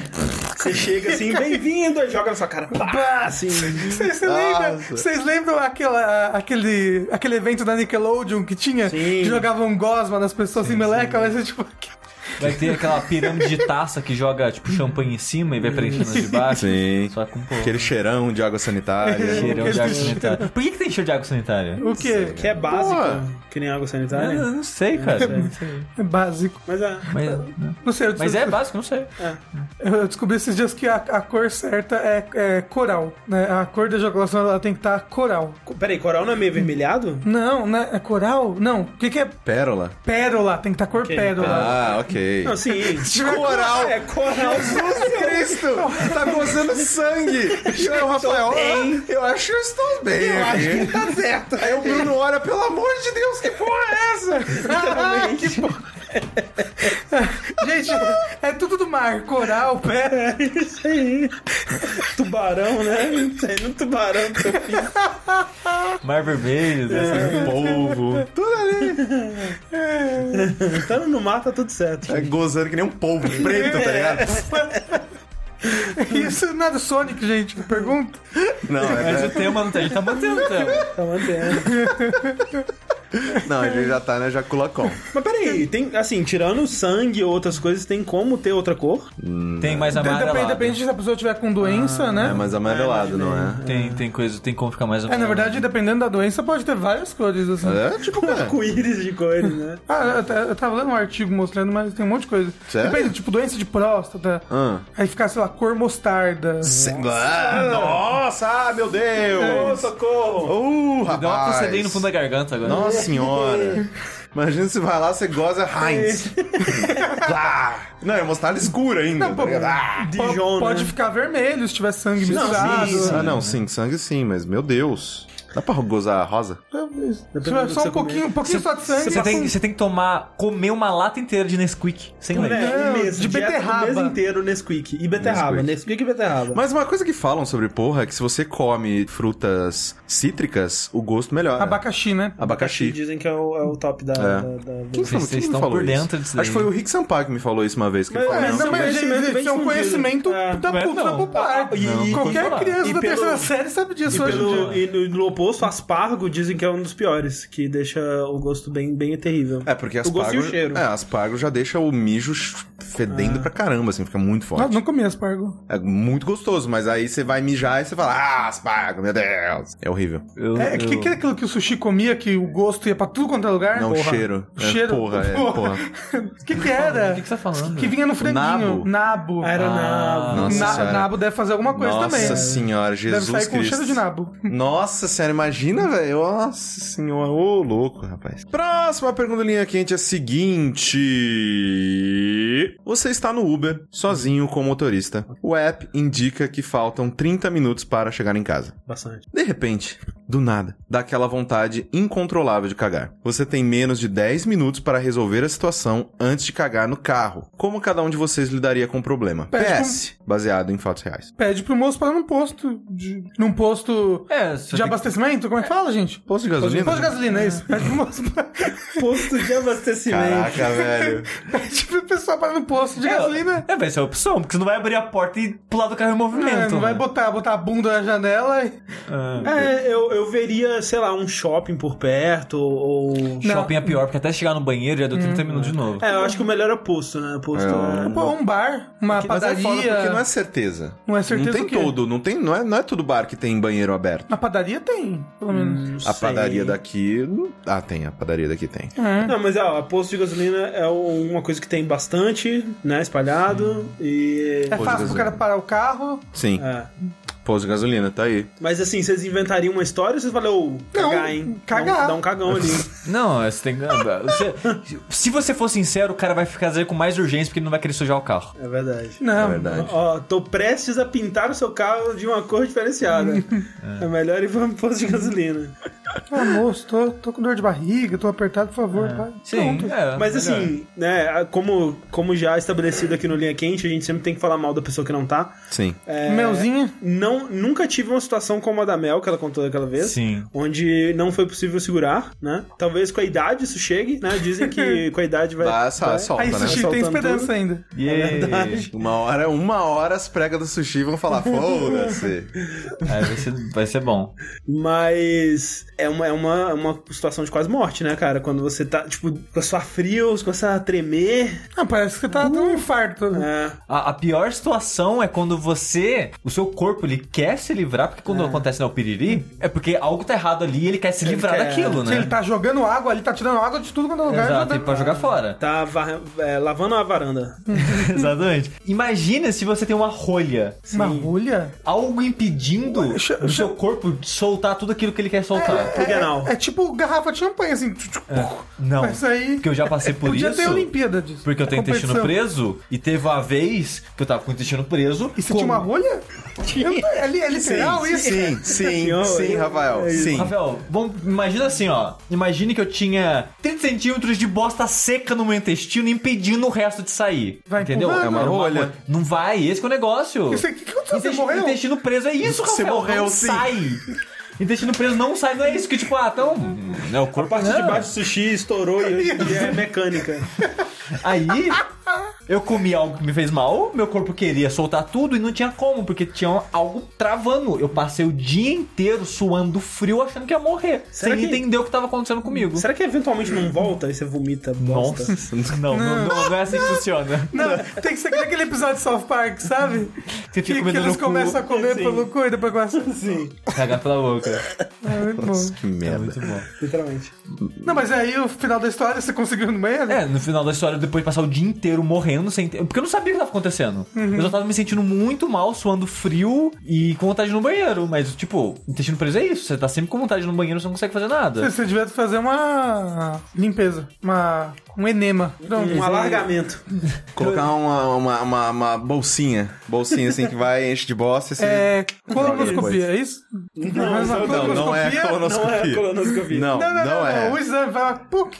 Você chega assim, bem-vindo, aí joga na sua cara. Pá, assim. vocês lembram, Nossa. vocês lembram aquela, aquele, aquele evento da Nickelodeon que tinha? Sim. Que jogavam gosma nas pessoas assim, meleca, mas é tipo. Vai ter aquela pirâmide de taça que joga, tipo, champanhe em cima e vai preenchendo as de baixo. Sim. Só com um pouco. Aquele cheirão de água sanitária. Cheirão de água sanitária. Por que, que tem cheiro de água sanitária? O quê? Que é básico, Porra. que nem água Eu sanitária. eu não sei, cara. É básico. Mas é. Mas, Não sei, eu mas é básico, não sei. Eu descobri esses dias que a, a cor certa é, é coral, né? A cor da ejaculação ela tem que estar coral. Peraí, coral não é meio vermelhado? Não, né? É coral? Não. O que, que é Pérola? pérola? Tem que estar cor pérola. Ah, ok. Não, sim. Coral. É coral. Jesus Cristo! Tá gozando sangue! E aí o Rafael, bem. "Ah, eu acho que eu estou bem aqui. Tá certo. Aí o Bruno olha, pelo amor de Deus, que porra é essa? Ah, que porra. Gente, é tudo do mar. Coral, pérola. É isso aí. Tubarão, né? Saindo um tubarão do seu filho. Mar vermelho, né? Polvo. Tudo ali. Estando no mar, tá tudo certo. É gozando que nem um polvo preto, tá ligado? Isso não é do Sonic, gente. Pergunta. Não, Mas é, o tema não tem, a gente tá mantendo o tema. Tá mantendo. não, a gente já tá na Jaculacom. Mas peraí, tem, assim, tirando sangue ou outras coisas, tem como ter outra cor? Tem mais amarelado. Depende, depende se a pessoa tiver com doença, né? É mais amarelado, não é? Tem, tem coisa, tem como ficar mais É, amarelado. na verdade, dependendo da doença, pode ter várias cores, assim. É tipo, cara. Arco-íris de cores, né? Ah, eu, ta- eu tava lendo um artigo mostrando, mas tem um monte de coisa. Sério? Depende, tipo, doença de próstata. Ah. Aí ficar, sei lá, cor mostarda. Cê- Ah, Nossa, ah, meu É Deus! socorro! Uh, rapaz! Dá uma procedinha no fundo da garganta agora. Nossa senhora! Imagina se vai lá, você goza Heinz. Plá! Não, é mostarda escura ainda. Não, tá pô, ligado? Ah! Po- Dijon, pode né? ficar vermelho se tiver sangue misturado. sim, Ah, não, sim, sangue sim, mas meu Deus. Dá pra gozar rosa? Se Dependendo tiver do que só você um pouquinho, um pouquinho só de sangue. Você tá tem, com- você tem que tomar, comer uma lata inteira de Nesquik, sem leite. Né, um Não, mês, de dieta do beterraba. mês inteiro Nesquik. E beterraba. Nesquik. Nesquik, e beterraba. Mas uma coisa que falam sobre porra é que se você come frutas cítricas, o gosto melhora. Abacaxi, né? Abacaxi. Dizem que é o, é o top da... da, da- Quem falou, Vocês quem me estão falou por isso? dentro disso Acho que daí. foi o Rick Sampaio que me falou isso uma vez. Que ele Mas- falou, É, não, não, mas conhecimento gente, bem isso é um difundido. conhecimento É. da Não é cultura não. popular. Ah, e- e- Qualquer e criança da pelo- terceira série sabe disso E, hoje em dia. pelo, e no, no oposto, aspargo dizem que é um dos piores, que deixa o gosto bem, bem terrível. É, porque O gosto aspargo... e o cheiro. É, aspargo já deixa o mijo ch- fedendo pra caramba, assim, fica muito forte. Ah. Não, não comi aspargo. É muito gostoso, mas aí você vai mijar e você fala, ah, aspargo, meu Deus. É horrível. Eu, É, eu- que, que é aquilo que o sushi comia, que o gosto ia pra tudo quanto é lugar? Não, o Porra. cheiro. O É, cheiro. porra, é, porra. O que que O era? que, que você tá falando? Que vinha no franguinho. Nabo. Nabo. Ah, Era Ah, na... Nossa Na- senhora. nabo deve fazer alguma coisa Nossa também. senhora, Deve Jesus sair com Cristo. cheiro de nabo. Nossa senhora, imagina, velho. Nossa senhora, ô louco, rapaz. Próxima pergunta linha quente é a seguinte: Você está no Uber, sozinho com o motorista. O app indica que faltam 30 minutos para chegar em casa. Bastante. De repente, do nada, dá aquela vontade incontrolável de cagar. Você tem menos de 10 minutos para resolver a situação antes de cagar no carro. Como cada um de vocês lidaria com o problema? Pede com- PS, baseado em fatos reais. Pede pro moço parar num posto. De, num posto É, você de tem que- abastecimento? Como é que fala, gente? Posto de Posto gasolina? né? de gasolina, é isso. Pede pro moço. Posto de abastecimento. Caraca, velho. Pede pro pessoal parar no posto de É, gasolina. É, vai ser a opção, porque você não vai abrir a porta e pular do carro em É, movimento. não vai né? botar, botar a bunda na janela e. Ah, É, eu, eu veria, sei lá, um shopping por perto, ou... ou- Não. Hum. Shopping é pior, porque até chegar no banheiro já deu 30 minutos de novo. É, eu acho que o melhor é posto, né? Posto É, é... Pô, um bar, uma Mas é foda padaria. porque não é certeza. Não é certeza Não tem o quê? todo, não, tem, não, é, não é todo bar que tem banheiro aberto. Na padaria tem, pelo menos. não A sei. padaria daqui. Ah, tem, a padaria daqui tem. É. Não, mas ó, a posto de gasolina é uma coisa que tem bastante, né? Espalhado. E. É fácil pro cara parar o carro. Sim. É. Pôs de gasolina, tá aí. Mas assim, vocês inventariam uma história ou vocês falaram, "Ô, Não, cagar, hein? cagar. Dá um- Dá um cagão ali. Não, é, você tem que. você- se você for sincero, o cara vai ficar fazer com mais urgência porque ele não vai querer sujar o carro. É verdade. Na Não. verdade. Ó, tô prestes a pintar o seu carro de uma cor diferenciada. é. melhor ir pra um posto de gasolina. Ah, moço, tô, tô com dor de barriga, tô apertado, por favor, pai. Sim, Pronto. é, Mas melhor. assim, né, como, como já é estabelecido aqui no Linha Quente, a gente sempre tem que falar mal da pessoa que não tá. Sim. É, Melzinha. Não, nunca tive uma situação como a da Mel, que ela contou daquela é vez. Sim. Onde não foi possível segurar, né? Talvez com a idade isso chegue, né? Dizem que com a idade vai. Dá essa vai- solta, Aí né? sushi Soltando tem esperança tudo. É ainda. Yeah. verdade. Uma hora, uma hora as pregas do sushi vão falar, foda-se. Aí é, vai ser, vai ser bom. Mas é uma, é uma, uma situação de quase morte, né, cara? Quando você tá, tipo, com a sua frios, com essa tremer. Ah, parece que você tá tendo um infarto. É, A, a pior situação é quando você. O seu corpo ele quer se livrar, porque É. quando acontece na piriri, é porque algo tá errado ali e ele quer se Ele livrar quer- daquilo, Se né? ele tá jogando água ali, tá tirando água de tudo quanto é lugar. Exato, jogando- e pra jogar fora. tá varre- é, lavando a varanda. É. Exatamente. Imagina se você tem uma rolha. Uma rolha? Algo impedindo o seu corpo de soltar tudo aquilo que ele quer soltar. Por que não? É, é tipo garrafa de champanhe, assim. tch, tch, puf. Não. Mas aí- Porque eu já passei É. por Podia isso. ter Olimpíada disso. É Porque eu tenho intestino Competição. preso e teve uma vez que eu tava com o intestino preso. E você tinha uma rolha? Eu não- É, li- é literal sim, isso? é sim, sim, Senhor, sim, eu- Rafael, sim. Rafael, vamos, imagina assim, ó. Imagine que eu tinha 30 centímetros de bosta seca no meu intestino impedindo o resto de sair. Vai entendeu? empurrando. É uma Era rolha. Não vai, esse que é o negócio. Isso aqui, o que aconteceu? Você Intestino- morreu? Intestino preso é isso, Você Rafael. morreu, não sim. sai. Intestino preso não sai, não é isso que tipo, ah, então... Né, o corpo A parte de Não. baixo do sushi estourou e, e é mecânica. Aí eu comi algo que me fez mal, meu corpo queria soltar tudo e não tinha como, porque tinha algo travando. Eu passei o dia inteiro suando frio achando que ia morrer, Será sem que- entender o que tava acontecendo comigo. Será que eventualmente não volta e você vomita bosta? Nossa, não, não, não, não é assim que funciona. Não, tem que ser que nem aquele episódio de South Park, sabe? Você Que, fica que comendo eles no cu, começam a comer Sim. pelo cu e depois começam assim. cagar pela boca. É muito bom. Que merda. Muito bom. Literalmente. Não, mas aí o final da história, você conseguiu ir no banheiro? É, no final da história, depois de passar o dia inteiro morrendo, sem ter- porque eu não sabia o que tava acontecendo. Eu só tava me sentindo muito mal, suando frio e com vontade de ir no banheiro. Mas, tipo, intestino preso é isso. Você tá sempre com vontade de ir no banheiro, você não consegue fazer nada. Você devia fazer uma limpeza, uma, um enema. Pronto. Um alargamento. Tá Colocar uma, uma, uma- uma bolsinha. Bolsinha assim que vai, enche de bosta e você. É, colonoscopia, é isso? Não, isso não, Não, não é colonoscopia? Não é colonoscopia. colonoscopia. Não, Não, não, não, não, é. o exame vai lá, puc.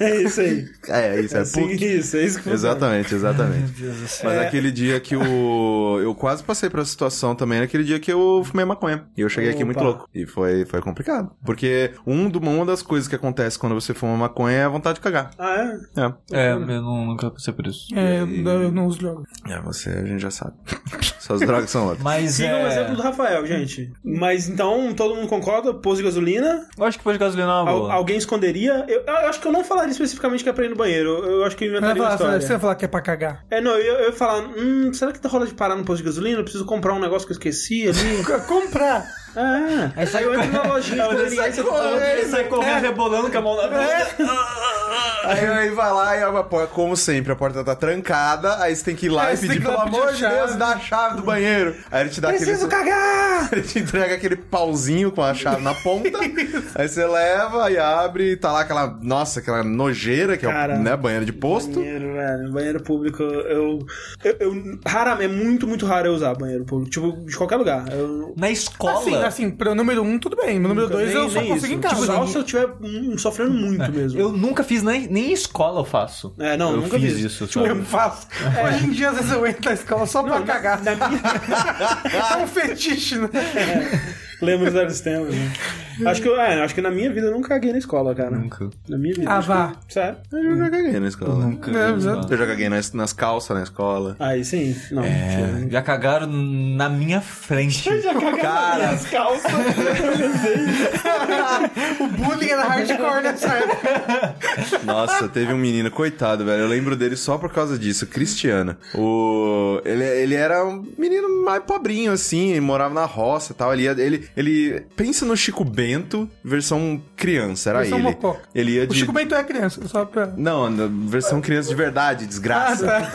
É isso aí. É, isso é, É assim, PUC. isso, é isso que funciona. Exatamente, exatamente. Mas É. aquele dia que o. Eu quase passei pra situação também, naquele dia que eu fumei maconha. E eu cheguei aqui muito Opa. louco. E foi, foi complicado. Porque um do, uma das coisas que acontece quando você fuma maconha é a vontade de cagar. Ah, é? É. É, eu não- nunca passei por isso. É, eu, eu não uso droga. É, você a gente já sabe. Suas drogas são loucas. Mas Siga é... o exemplo do Rafael, gente. Mas então, todo mundo concorda? Pôs de gasolina, Eu acho que pôr de gasolina é uma Al- boa. alguém esconderia? Eu, eu acho que eu não falaria especificamente que é pra ir no banheiro. Eu, eu acho que eu Vai inventaria uma falar, história. você vai falar que é pra cagar. É, não, eu, eu ia falar, hum, será que tá rola de parar no posto de gasolina? Eu preciso comprar um negócio que eu esqueci ali. C- Comprar! É, aí eu entro na lojinha de conveniência do Ele sai correndo, É. rebolando com a mão na boca. Aí, aí vai lá e abre a porta. Como sempre, a porta tá trancada. Aí você tem que ir lá É, e você pedir, tem que ir pelo lá amor de pedir a Deus, chave. dá a chave do banheiro. Aí ele te dá aquele. Preciso cagar! Ele te entrega aquele pauzinho com a chave na ponta. aí você leva e abre e tá lá aquela, nossa, aquela nojeira, que é Cara, o, né, banheiro de posto. Banheiro, velho. Banheiro público, eu. eu, eu rara, é muito, muito raro eu usar banheiro público. Tipo, de qualquer lugar. Eu, Na escola... Assim, assim, pro número um, tudo bem. Meu número dois nem- eu só nem consigo isso. em casa. Tipo, só se eu tiver hum, sofrendo muito mesmo. É, Eu nunca fiz, nem, nem em escola eu faço. É, não, eu nunca fiz fiz. isso. Tipo, sabe? eu faço. Hoje em dia, às vezes, eu entro na escola só pra cagar. Na minha, É um fetiche, né? Lembro dos tempos, né? Acho que, eu, é, acho que na minha vida eu nunca caguei na escola, cara. Nunca. Na minha vida. Ah, acho que- vá. Sério? Eu já caguei na escola. Nunca. Não, eu já- Eu já caguei nas, nas calças na escola. Aí sim. Não. mentira. né? É, já cagaram na minha frente. Cara, O bullying era hardcore né, nessa época. Nossa, teve um menino, coitado, velho. Eu lembro dele só por causa disso, Cristiano. O... Ele, ele era um menino mais pobrinho, assim, ele morava na roça e tal. Ele, ia- ele, ele pensa no Chico Bento, versão criança, era Versão ele. mococa. Ele ia O de. Chico Bento é criança, só pra... Não, na versão criança de verdade, desgraça. tá.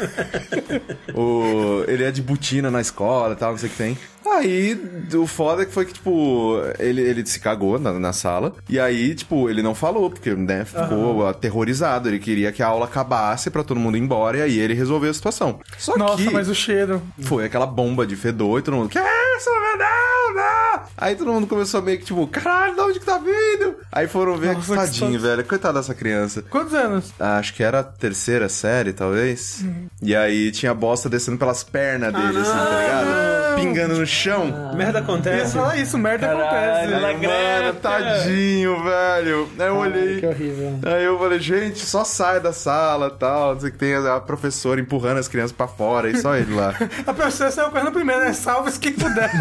o... Ele é de botina na escola e tal, não sei o que tem. Aí, o foda que foi que, tipo, ele, ele se cagou na, na sala. E aí, tipo, ele não falou, porque, né, ficou aterrorizado. Ele queria que a aula acabasse pra todo mundo ir embora. E aí ele resolveu a situação. Só Nossa, que mas o cheiro. foi aquela bomba de fedor e todo mundo. Que é isso, meu Deus, não!" Aí todo mundo começou meio que, tipo, caralho, de onde que tá vindo? Aí foram ver, Nossa, que tadinho, susto. velho. Coitado dessa criança. Quantos anos? Acho que era a terceira série, talvez. E aí tinha a bosta descendo pelas pernas dele, assim, tá ligado? Pingando no chão. Merda Eu ia acontece. falar isso, merda Caralho, acontece. ela- Aí, Mano, tadinho, velho. Aí eu olhei. que horrível. Aí eu falei, gente, só sai da sala tal. Não sei o que tem a professora empurrando as crianças pra fora e só ele lá. A pessoa saiu correndo primeiro, né? Salve-se quem puder.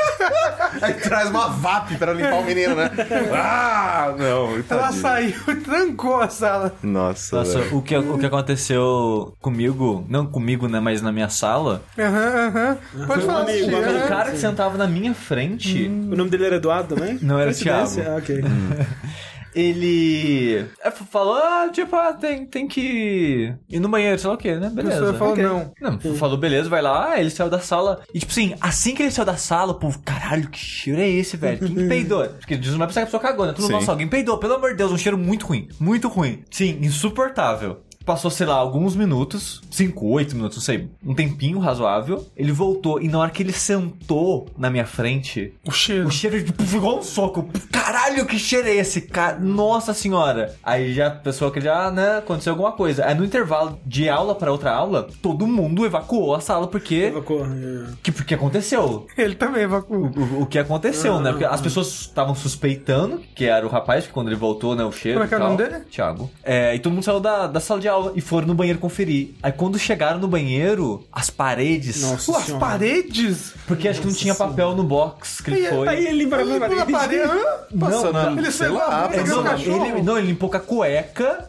Aí traz uma VAP pra limpar o menino, né? Ah, não. Ela tadinho. saiu e trancou a sala. Nossa, Nossa, velho. o que, o que aconteceu comigo, não comigo, né, mas na minha sala, Aham, aham. Pode Foi um falar, amigo, Sushi, um amigo. aham. o cara que sentava na minha frente, O nome dele era Eduardo também? Não, era Coincidência? Thiago. Hum. Ah, ok. ele é, f- falou, ah, tipo, ah, tem, tem que ir no banheiro, sei lá o quê, né? Beleza. A pessoa falou Ok. não. Não, falou, beleza, vai lá. Ah, ele saiu da sala. E tipo assim, assim que ele saiu da sala, pô, caralho, que cheiro é esse, velho? Quem que peidou? Porque diz não é pra pensar que a pessoa cagou, né? Tudo, Sim. nossa, alguém peidou, pelo amor de Deus, um cheiro muito ruim. Muito ruim. Sim, insuportável. Passou, sei lá, alguns minutos, 5, 8 minutos, não sei, um tempinho razoável. Ele voltou e na hora que ele sentou na minha frente, O cheiro. o cheiro tipo, igual um soco. Caralho, que cheiro é esse? Ca- Nossa senhora. Aí já a pessoa que já, né, aconteceu alguma coisa. Aí no intervalo de aula pra outra aula, todo mundo evacuou a sala porque Evacuou, é. que porque aconteceu. Ele também evacuou. O, o que aconteceu, né? Porque as pessoas estavam suspeitando que era o rapaz, que quando ele voltou, né, o cheiro. Como é e que é o tal. nome dele? Thiago. É, e todo mundo saiu da, da sala de aula e foram no banheiro conferir. Aí quando chegaram no banheiro, as paredes. Nossa. Pô, as Senhora. paredes? Porque acho que não tinha papel no box que ele foi. Aí ele limpa Ele pula a parede. hã? Passando, não, a- ele sei saiu a lá, boca, É, passando Pegou não, o a- um cachorro? ele, não, ele limpou com a cueca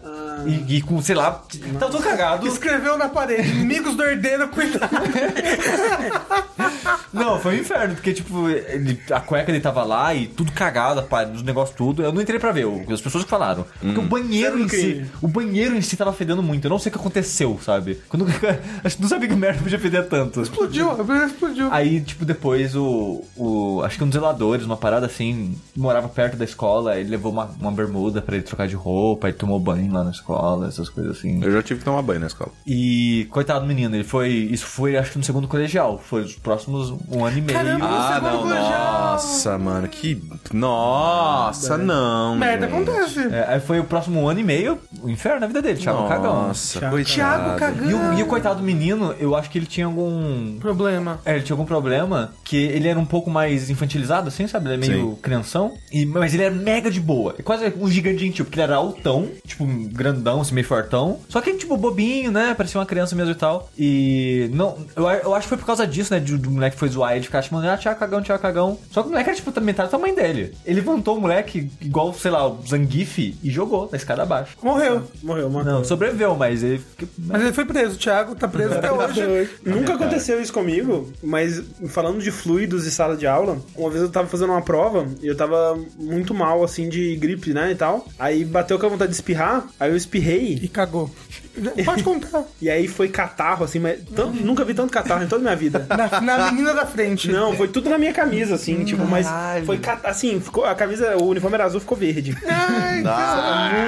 e, e com, sei lá, tá todo cagado. Escreveu na parede, amigos do herdeiro, cuidado. Não, foi um inferno, porque, tipo, ele- a cueca dele tava lá e tudo cagado, pá, os negócios tudo. Eu não entrei pra ver, o- as pessoas que falaram. Porque o banheiro Sabe em o que- si, o banheiro em si tava fedendo muito. Eu não sei o que aconteceu, sabe? Quando, acho que não sabia que merda podia feder tanto. Explodiu, a parede explodiu. Aí, tipo, depois o, o. Acho que um dos zeladores, uma parada assim, morava perto da escola, ele levou uma, uma bermuda pra ele trocar de roupa, ele tomou banho lá na escola, essas coisas assim. Eu já tive que tomar banho na escola. E coitado do menino, ele foi. Isso foi, acho que no segundo colegial. Foi os próximos um ano e meio. Caramba. Ah, segundo colegial. Nossa, mano, que. Nossa, não. Merda gente. acontece. É, aí foi o próximo um ano e meio, o inferno na vida dele, Thiago Tá um Cagão. Nossa, Thiago coitado. Thiago É E o, e o cagando. coitado do menino, eu acho que ele tinha algum. Problema. É, ele tinha algum problema que ele era um pouco mais infantilizado, assim, sabe? Ele é meio crianção. E, mas ele era mega de boa. É Quase um gigante gentil, porque ele era altão, tipo, um grandão, assim, meio fortão. Só que, tipo, bobinho, né? Parecia uma criança mesmo e tal. E. Não. Eu, eu acho que foi por causa disso, né? Do, do moleque que foi zoar ele ficar chamando, ah, Thiago Cagão, Thiago Cagão. Só que o moleque era, tipo, metade do tamanho dele. Ele levantou o moleque igual, sei lá, o Zangief e jogou na escada abaixo. Morreu. Morreu, matou. Não, sobreviveu, mas ele. Mas ele foi preso. O Thiago tá preso até hoje. Nunca aconteceu isso comigo, mas falando de fluidos e sala de aula, uma vez eu tava fazendo uma prova e eu tava muito mal, assim, de gripe, né, e tal. Aí bateu com a vontade de espirrar, aí eu E espirrei, cagou. Pode contar. e aí foi catarro, assim, mas tanto- nunca vi tanto catarro em toda a minha vida. Na, na menina da frente. Não, foi tudo na minha camisa, assim, tipo, Hum, mas caralho. foi cat- assim, ficou, a camisa, o uniforme era azul, ficou verde. Ai,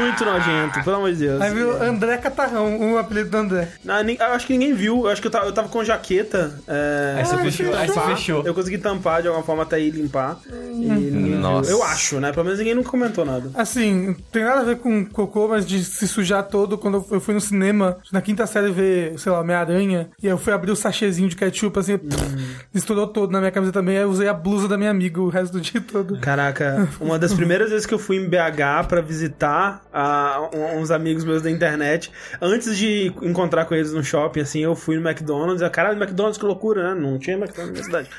Muito nojento, pelo amor de Deus. Aí viu André Catarrão, o apelido do André. Ah, nem- eu acho que ninguém viu, eu acho que eu tava, eu tava com jaqueta. é, Aí você Ai, fechou, aí você fechou. fechou. Hum. Eu consegui tampar de alguma forma até ir limpar. E ninguém viu. Nossa. Eu acho, né? Pelo menos ninguém nunca comentou nada. Assim, tem nada a ver com cocô, mas de se sujar todo. Quando eu fui no cinema, na quinta série, ver, sei lá, Homem-Aranha, e aí eu fui abrir o sachêzinho de ketchup, assim, pff, estourou todo na minha camisa também. Aí eu usei a blusa da minha amiga o resto do dia todo. Caraca, uma das primeiras vezes que eu fui em BH pra visitar ah, um- uns amigos meus da internet, antes de encontrar com eles no shopping, assim, eu fui no McDonald's. Eu, Caralho, McDonald's, que loucura, né? Não tinha McDonald's na cidade.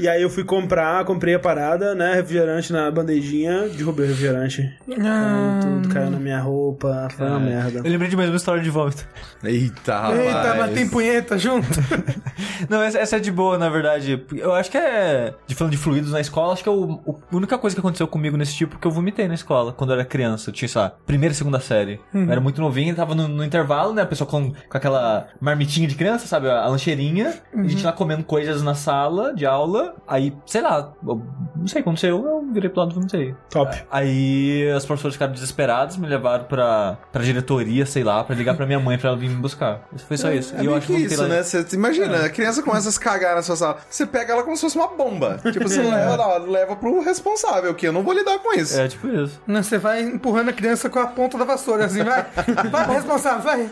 e aí eu fui comprar, comprei a parada, né? Refrigerante refrigerante na bandejinha, derrubei o refrigerante. Ah. Tudo caiu na minha roupa, foi Ah, É. uma merda. Eu lembrei de mais uma história de vômito. Eita, rapaz. Ah, Eita, mas tem punheta junto? Não, essa, essa é de boa, na verdade. Eu acho que é. De falando de fluidos na escola, acho que é o, o- a única coisa que aconteceu comigo nesse tipo que eu vomitei na escola quando eu era criança. Eu tinha, sei lá, primeira e segunda série. Uhum. Eu era muito novinho, tava no, no intervalo, né? A pessoa com, com aquela marmitinha de criança, sabe? A, a lancheirinha. A Uhum. gente lá comendo coisas na sala de aula. Aí, sei lá, eu não sei, aconteceu, eu virei pro lado e vomitei. Top. Aí as professoras ficaram desesperadas, me levaram pra, pra diretoria, sei lá, pra ligar pra minha mãe pra ela vir me buscar. Foi só isso. É E eu meio acho que que vomitei isso, lá- É. né? Você imagina, a criança começa a se cagar na sua sala. Você pega ela como se fosse uma bomba. Tipo, você leva, lá, leva pro responsável, que eu não vou lidar com isso. É tipo isso. Não, você vai empurrando a criança com a ponta da vassoura, assim, vai. Vai, responsável, vai.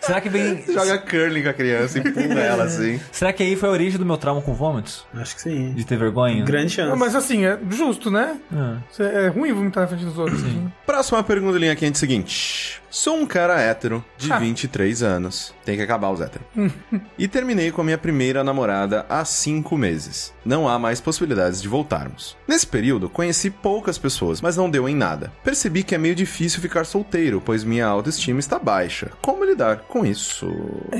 Será que vem. Você joga curling com a criança, empurra ela assim. Será que aí foi a origem do meu trauma com vômitos? Acho que sim. De ter vergonha? Grande Não, chance. mas assim, é justo, né? Ah. Cê- É ruim vomitar na frente dos outros. assim. Próxima pergunta linha quente é seguinte. Sou um cara hétero de Ah. 23 anos. Tem que acabar os héteros. e terminei com a minha primeira namorada há 5 meses. Não há mais possibilidades de voltarmos. Nesse período, conheci poucas pessoas, mas não deu em nada. Percebi que é meio difícil ficar solteiro, pois minha autoestima está baixa. Como lidar com isso?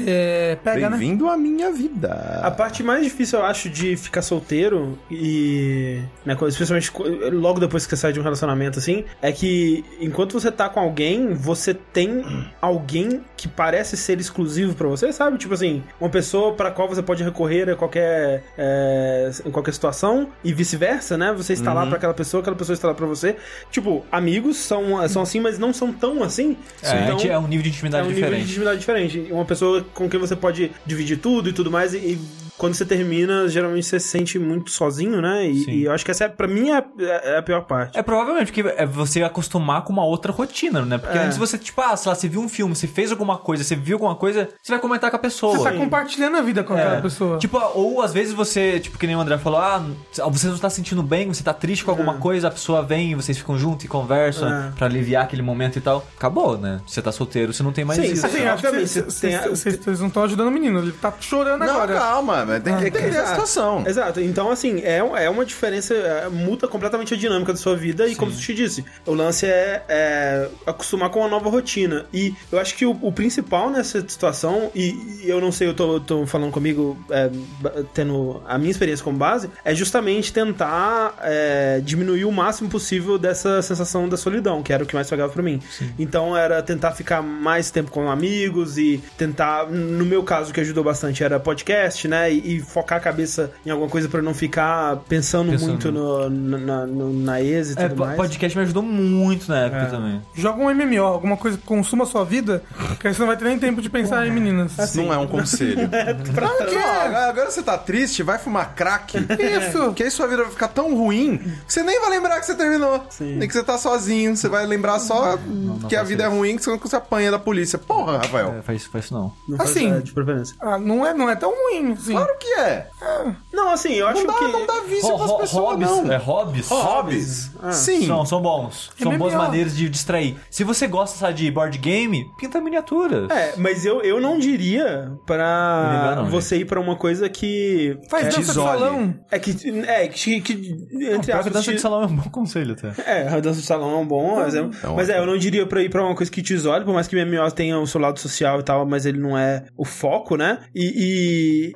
É, pega, né? Bem-vindo à minha vida. A parte mais difícil, eu acho, de ficar solteiro e. Né, quando- especialmente co- logo depois que você sai de um relacionamento assim, é que enquanto você tá com alguém, você tem alguém que parece ser exclusivo pra você, sabe? Tipo assim, uma pessoa pra qual você pode recorrer a qualquer, é, em qualquer situação e vice-versa, né? Você está lá pra aquela pessoa, aquela pessoa está lá pra você. Tipo, amigos são, são assim, mas não são tão assim. É, Então- é um nível de é intimidade um nível de diferente. intimidade diferente. Uma pessoa com quem você pode dividir tudo e tudo mais. E, e quando você termina, geralmente você se sente muito sozinho, né? E, Sim. e eu acho que essa, é, pra mim, é, é- é a pior parte. É provavelmente que é você acostumar com uma outra rotina, né? Porque É. antes você, tipo, ah, sei lá, você viu um filme, você fez alguma coisa, você viu alguma coisa, você vai comentar com a pessoa. Você tá compartilhando a vida com aquela É. pessoa. Tipo, ou às vezes você, tipo, que nem o André falou, ah, você não tá se sentindo bem, você tá triste com alguma coisa, a pessoa vem, vocês ficam juntos e conversam É. pra aliviar aquele momento e tal. Acabou, né? Você tá solteiro, você não tem mais Sim, isso. sim. assim, acho que obviamente, vocês- tem a- vocês vocês não estão ajudando o menino, ele tá chorando Não, agora. Ah, calma, mas tem que entender a situação. Exato, então assim, é, é uma diferença, é, muda completamente a dinâmica da sua vida e como o Sushi disse, o lance é, é acostumar com uma nova rotina. E eu acho que o, o principal nessa situação, e, e eu não sei, eu tô, eu tô falando comigo, é, ba- tendo a minha experiência como base, é justamente tentar é, diminuir o máximo possível dessa sensação da solidão, que era o que mais pegava pra mim. Então era tentar ficar mais tempo com amigos e tentar, no meu caso, o que ajudou bastante era podcast, né? E, e focar a cabeça em alguma coisa pra não ficar pensando, Pensando. muito no, no- na, no- na ex e É, tudo po- mais. podcast me ajudou muito na época É. também. Joga um MMO, alguma coisa que consuma a sua vida, que aí você não vai ter nem tempo de pensar em meninas. Assim. Não é um conselho. Pra Não, agora- agora você tá triste, vai fumar crack. Isso! Porque aí sua vida vai ficar tão ruim que você nem vai lembrar que você terminou. Sim. Nem que você tá sozinho. Você vai lembrar só não que a faça vida é ruim que você- que você apanha da polícia. Porra, Rafael. É, faz, faz isso não. Não faz, Assim. é, de preferência. Ah, não, é, não é tão ruim, assim. Claro que é. Não, assim, eu acho Não dá, que. não dá vício Ho- pras ho- pessoas, hobbies, não. É hobbies? Hobbies? Ah. Sim. São, são bons. É são boas melhor. maneiras de distrair. Se você gosta sabe, de board game, pinta miniaturas. É, mas eu, eu não diria pra Não, não, né? você ir pra uma coisa que. Faz É, dança de desole. salão. É que. É, que. que entre Pior que aspas, dança te- de salão é um bom conselho até. É, a dança de salão é um bom exemplo. É um mas é, ótimo. eu não diria pra ir pra uma coisa que te isole, por mais que o MMO tenha o seu lado social e tal, mas ele não é o foco, né? E,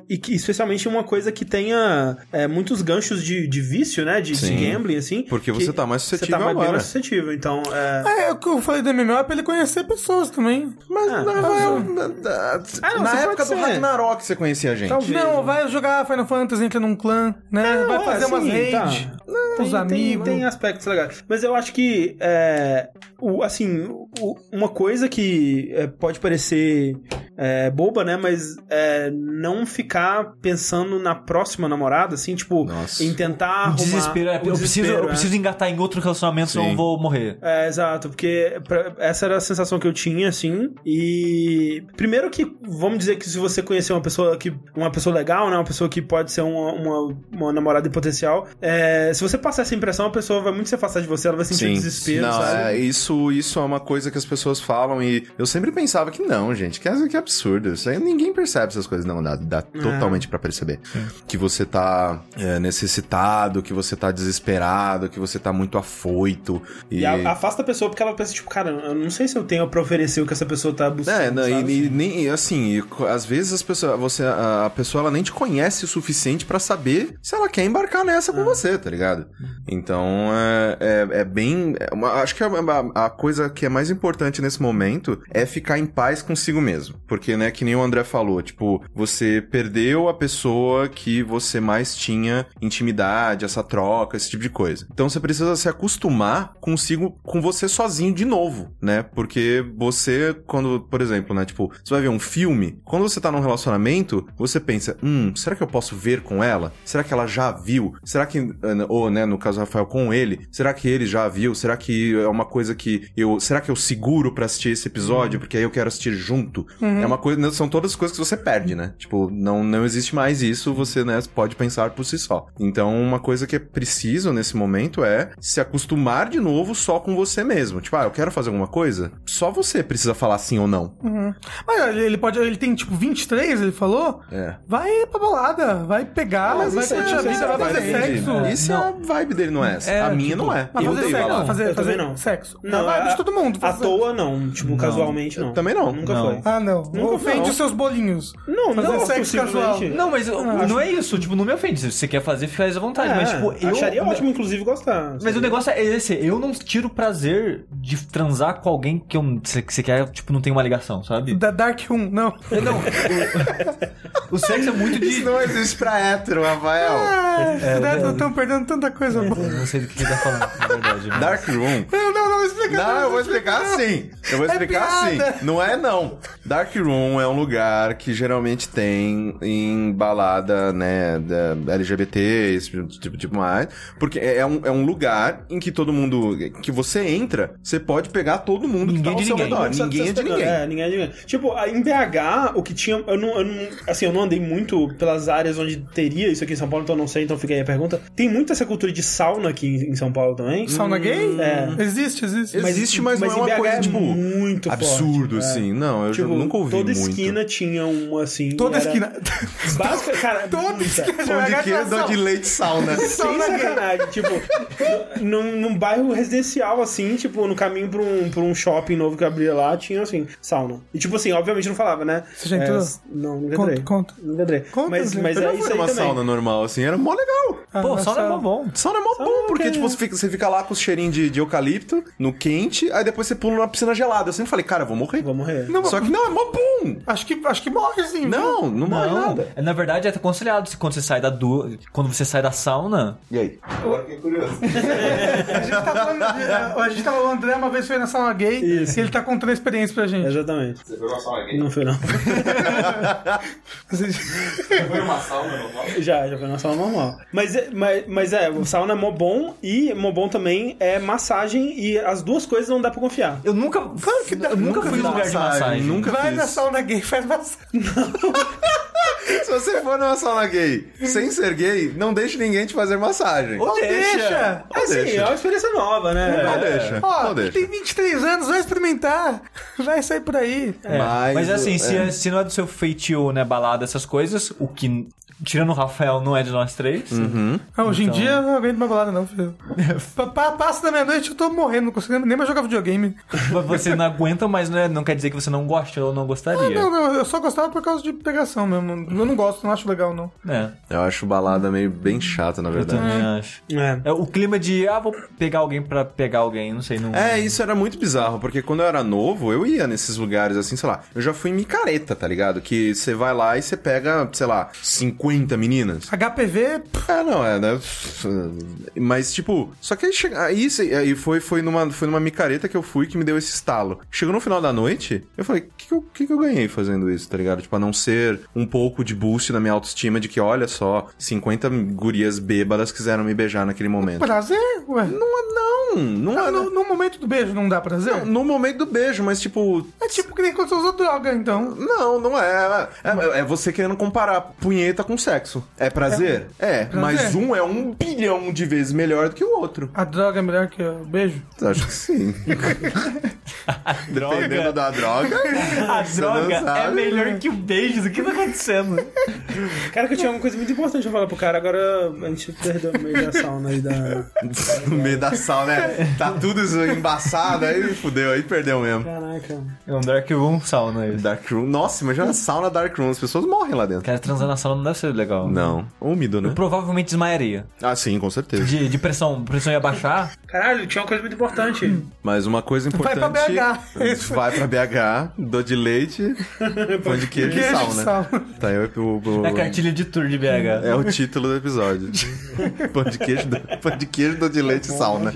e, e que, especialmente uma coisa que tenha é, muitos ganchos de, de vício, né? De, de Sim. gambling, assim. Porque que você tá mais suscetível Você tá bem agora. mais suscetível, então... É... É, o que eu falei do MMO é pra ele conhecer pessoas também. Mas Ah, Rafael, na, Ah, não, na você época pode do ser. Tá Ragnarok você conhecia a gente. Talvez. né? Não, vai jogar Final Fantasy, entra num clã, né? vai fazer assim, umas raids tá. com os amigos. Tem, aspectos legais. Mas eu acho que, é, o, assim, o- uma coisa que é, pode parecer é, boba, né? Mas é, não ficar pensando na próxima namorada, assim, tipo, Nossa. em tentar O arrumar... desespero, é, o eu, preciso, desespero, eu é. preciso engatar em outro relacionamento, senão Sim. eu vou morrer. É, exato, porque pra- essa era a sensação que eu tinha, assim. E primeiro que vamos dizer que se você conhecer uma pessoa que. uma pessoa legal, né? Uma pessoa que pode ser uma, uma, uma namorada em potencial. é, se você passar essa impressão, a pessoa vai muito se afastar de você, ela vai sentir desespero, não, sabe? é, isso, isso é uma coisa que as pessoas falam e eu sempre pensava que não, gente, que, que a absurdo. Isso aí ninguém percebe essas coisas, não. Dá, É. dá totalmente pra perceber. Que você tá é, necessitado, que você tá desesperado, que você tá muito afoito. E, E a- afasta a pessoa porque ela pensa, tipo, cara, eu não sei se eu tenho pra oferecer o que essa pessoa tá buscando. É, não, e- sabe? e, nem e assim, e co- às vezes as pessoas, você, a, a pessoa ela nem te conhece o suficiente pra saber se ela quer embarcar nessa É. com você, tá ligado? Então é, é, é bem. é uma- acho que a, a- a coisa que é mais importante nesse momento é ficar em paz consigo mesmo. Porque, né, que nem o André falou, tipo, você perdeu a pessoa que você mais tinha intimidade, essa troca, esse tipo de coisa. Então você precisa se acostumar consigo, com você sozinho de novo, né? Porque você, quando, por exemplo, né? Tipo, você vai ver um filme, quando você tá num relacionamento, você pensa, hum, será que eu posso ver com ela? Será que ela já viu? Será que, ou, né, no caso do Rafael, com ele, será que ele já viu? Será que é uma coisa que eu, será que eu seguro pra assistir esse episódio? Porque aí eu quero assistir junto. É uma coisa, são todas coisas que você perde, né? Tipo, não, não existe mais isso, você né, pode pensar por si só. Então, uma coisa que é preciso nesse momento é se acostumar de novo só com você mesmo. Tipo, ah, eu quero fazer alguma coisa? Só você precisa falar sim ou não. Uhum. Mas olha, ele pode. Ele tem tipo 23, ele falou? É. Vai pra balada, vai pegar, vai isso é- curtir a isso é vida, a vai fazer vibe dele. né? sexo. Isso é a vibe dele, não é essa. É, a minha tipo, não é. Mas eu fazer odeio sexo, balada. fazer, Eu fazer também não. sexo. Não, Não, vai a- de todo mundo. À fazer- toa, não. Tipo, casualmente, não. Também não. Nunca Não. foi. Ah, não. Nunca ofende não. os seus bolinhos. Não, é Fazer não, sexo possivelmente. casual. Não, mas eu- não é isso. Tipo, não me ofende. Se você quer fazer, faz à vontade. mas, tipo, eu. É, acharia ótimo, inclusive, gostar. Mas o negócio é esse, eu não tiro prazer de transar com alguém que eu, você você quer, tipo, não tem uma ligação, sabe? Da Dark Room, não. Não, o, o sexo é muito de... Isso não existe pra hétero, Rafael. É, não. Estão perdendo tanta coisa boa. Eu não sei do que ele tá falando, na verdade. mas- Dark Room. Não, não, não, explica. Não, eu vou explicar sim. Eu vou É explicar sim. piada. Não é não. Dark Room é um lugar que geralmente tem em balada, né, da LGBT, esse tipo, tipo mais. Porque é é um, é um lugar em que todo mundo... Que você entra, você pode pegar todo mundo Ninguém que tá de ao seu ninguém. redor. Não precisa Ninguém é de testar, ninguém. É, ninguém é de ninguém. Tipo, a- em BH, o que tinha. Eu não, eu não- Assim, eu não andei muito pelas áreas onde teria isso aqui em São Paulo, então eu não sei, então fica aí a pergunta. Tem muito essa cultura de sauna aqui em em São Paulo também. Sauna gay? É. Existe, existe. Mas existe, mas, mas não em é uma BH coisa, é tipo... muito absurdo, forte, é. assim. Não, eu já Tipo, nunca ouvi toda muito. esquina tinha um assim. Toda era- esquina. Básica, cara. Toda muita. esquina. Pão de queijo, dor de leite, sauna. Sem Sauna gay. sacanagem, tipo, num, num bairro residencial, assim, tipo, no caminho pra um, pra um shopping novo que abria lá, tinha, assim, sauna. E, tipo assim, obviamente não falava, né? Você já entrou? É, s- não, nunca Conta, entrei. conta. Nunca entrei. Conta, mas Zé. mas Eu é não isso fui aí numa também. sauna normal, assim. Era mó legal. Ah, Pô, na sauna é sauna. mó bom. Sauna é mó bom, porque tipo, você fica, você fica lá com o cheirinho de, de eucalipto no quente, aí depois você pula numa piscina gelada. Eu sempre falei, cara, eu vou morrer. Vou morrer. Não, Só que não, é mó bom! Acho que, acho que morre, sim. Não, não morre Não, nada. é, na verdade é aconselhado se quando você sai da du... quando você sai da sauna. E aí? Agora fiquei curioso. A gente tá falando de, a gente tava, o André uma vez foi na sauna gay Isso. e ele tá contando a experiência pra gente. Exatamente. Você foi uma sauna gay? Não foi, não. Você foi uma sauna normal? Já, já foi na sauna normal. Mas, é- mas, mas é, o sauna é mó bom e mó bom também é massagem e as duas coisas não dá pra confiar. Eu nunca. Claro que dá, eu nunca, nunca fui em dá lugar de massagem, massagem. nunca Vai fiz. na sauna gay, faz massagem. Se você for numa sauna gay sem ser gay, não deixe ninguém te fazer massagem. Ou Não deixa. Ou Assim, deixa. é uma experiência nova, Não né? deixa. É. Ó, Não deixa. tem 23 anos, vai experimentar. Vai sair por aí. É, Mas- Mas, assim, se, é. é- se não é do seu feitio, né, balada, essas coisas, o que. Tirando o Rafael, não é de nós três. Uhum. Ah, hoje Então- em dia eu não aguento mais balada, não, filho. Pa- pa- Passa da meia-noite, eu tô morrendo, não consigo nem mais jogar videogame. Mas Você não aguenta, mas não, é- não quer dizer que você não gosta ou não Ah, gostaria. não, não, eu só gostava por causa de pegação mesmo. Eu não gosto, não acho legal, não. É, Eu acho balada meio bem chata, na eu verdade. também acho. É. É o clima de, ah, vou pegar alguém pra pegar alguém, não sei, não. É, isso era muito bizarro, porque quando eu era novo, eu ia nesses lugares assim, sei lá. Eu já fui em micareta, tá ligado? Que você vai lá e você pega, sei lá, 50 meninas. HPV, É, não, é, né? Mas, tipo, só que aí, chega, aí, cê- aí foi, foi, numa, foi numa micareta que eu fui que me deu esse estalo. Chegou no final da noite, eu falei, o que, que, eu- que que eu ganhei fazendo isso, tá ligado? Tipo, a não ser um pouco de boost na minha autoestima de que, olha só, 50 gurias bêbadas quiseram me beijar naquele momento. prazer, ué. Não, é- não, não, Não, é- no, no momento do beijo não dá prazer? não, no momento do beijo, mas tipo. É tipo que nem quando você usa droga, então. Não, não é. É, é você querendo comparar punheta com sexo. É prazer? É, mas um é um bilhão de vezes melhor do que o outro. A droga é melhor que o beijo? Acho que sim. Dependendo da droga. A Você não droga é sabe. melhor que o beijo. O que tá acontecendo? Cara, que eu tinha uma coisa muito importante pra falar pro cara, agora a gente perdeu o meio da sauna aí da. no meio da sala, né? Tá tudo isso embaçado, aí fudeu, aí perdeu mesmo. Caraca. É um Dark Room sauna isso. Dark Room. Nossa, imagina a sauna Dark Room, as pessoas morrem lá dentro. Cara, transar na sauna não deve ser legal. Não. Úmido, né? Eu provavelmente desmaiaria. Ah, sim, com certeza. De, de pressão, pressão ia baixar. Caralho, tinha uma coisa muito importante. Mas uma coisa pra importante. BH. Isso. Vai pra BH, dor de leite, pão de queijo e Queijo sal, e né? sal. Tá aí o, o- o- É a cartilha de tour de BH. é o título do episódio. pão de queijo, do- pão de queijo, dor de leite e sal, né?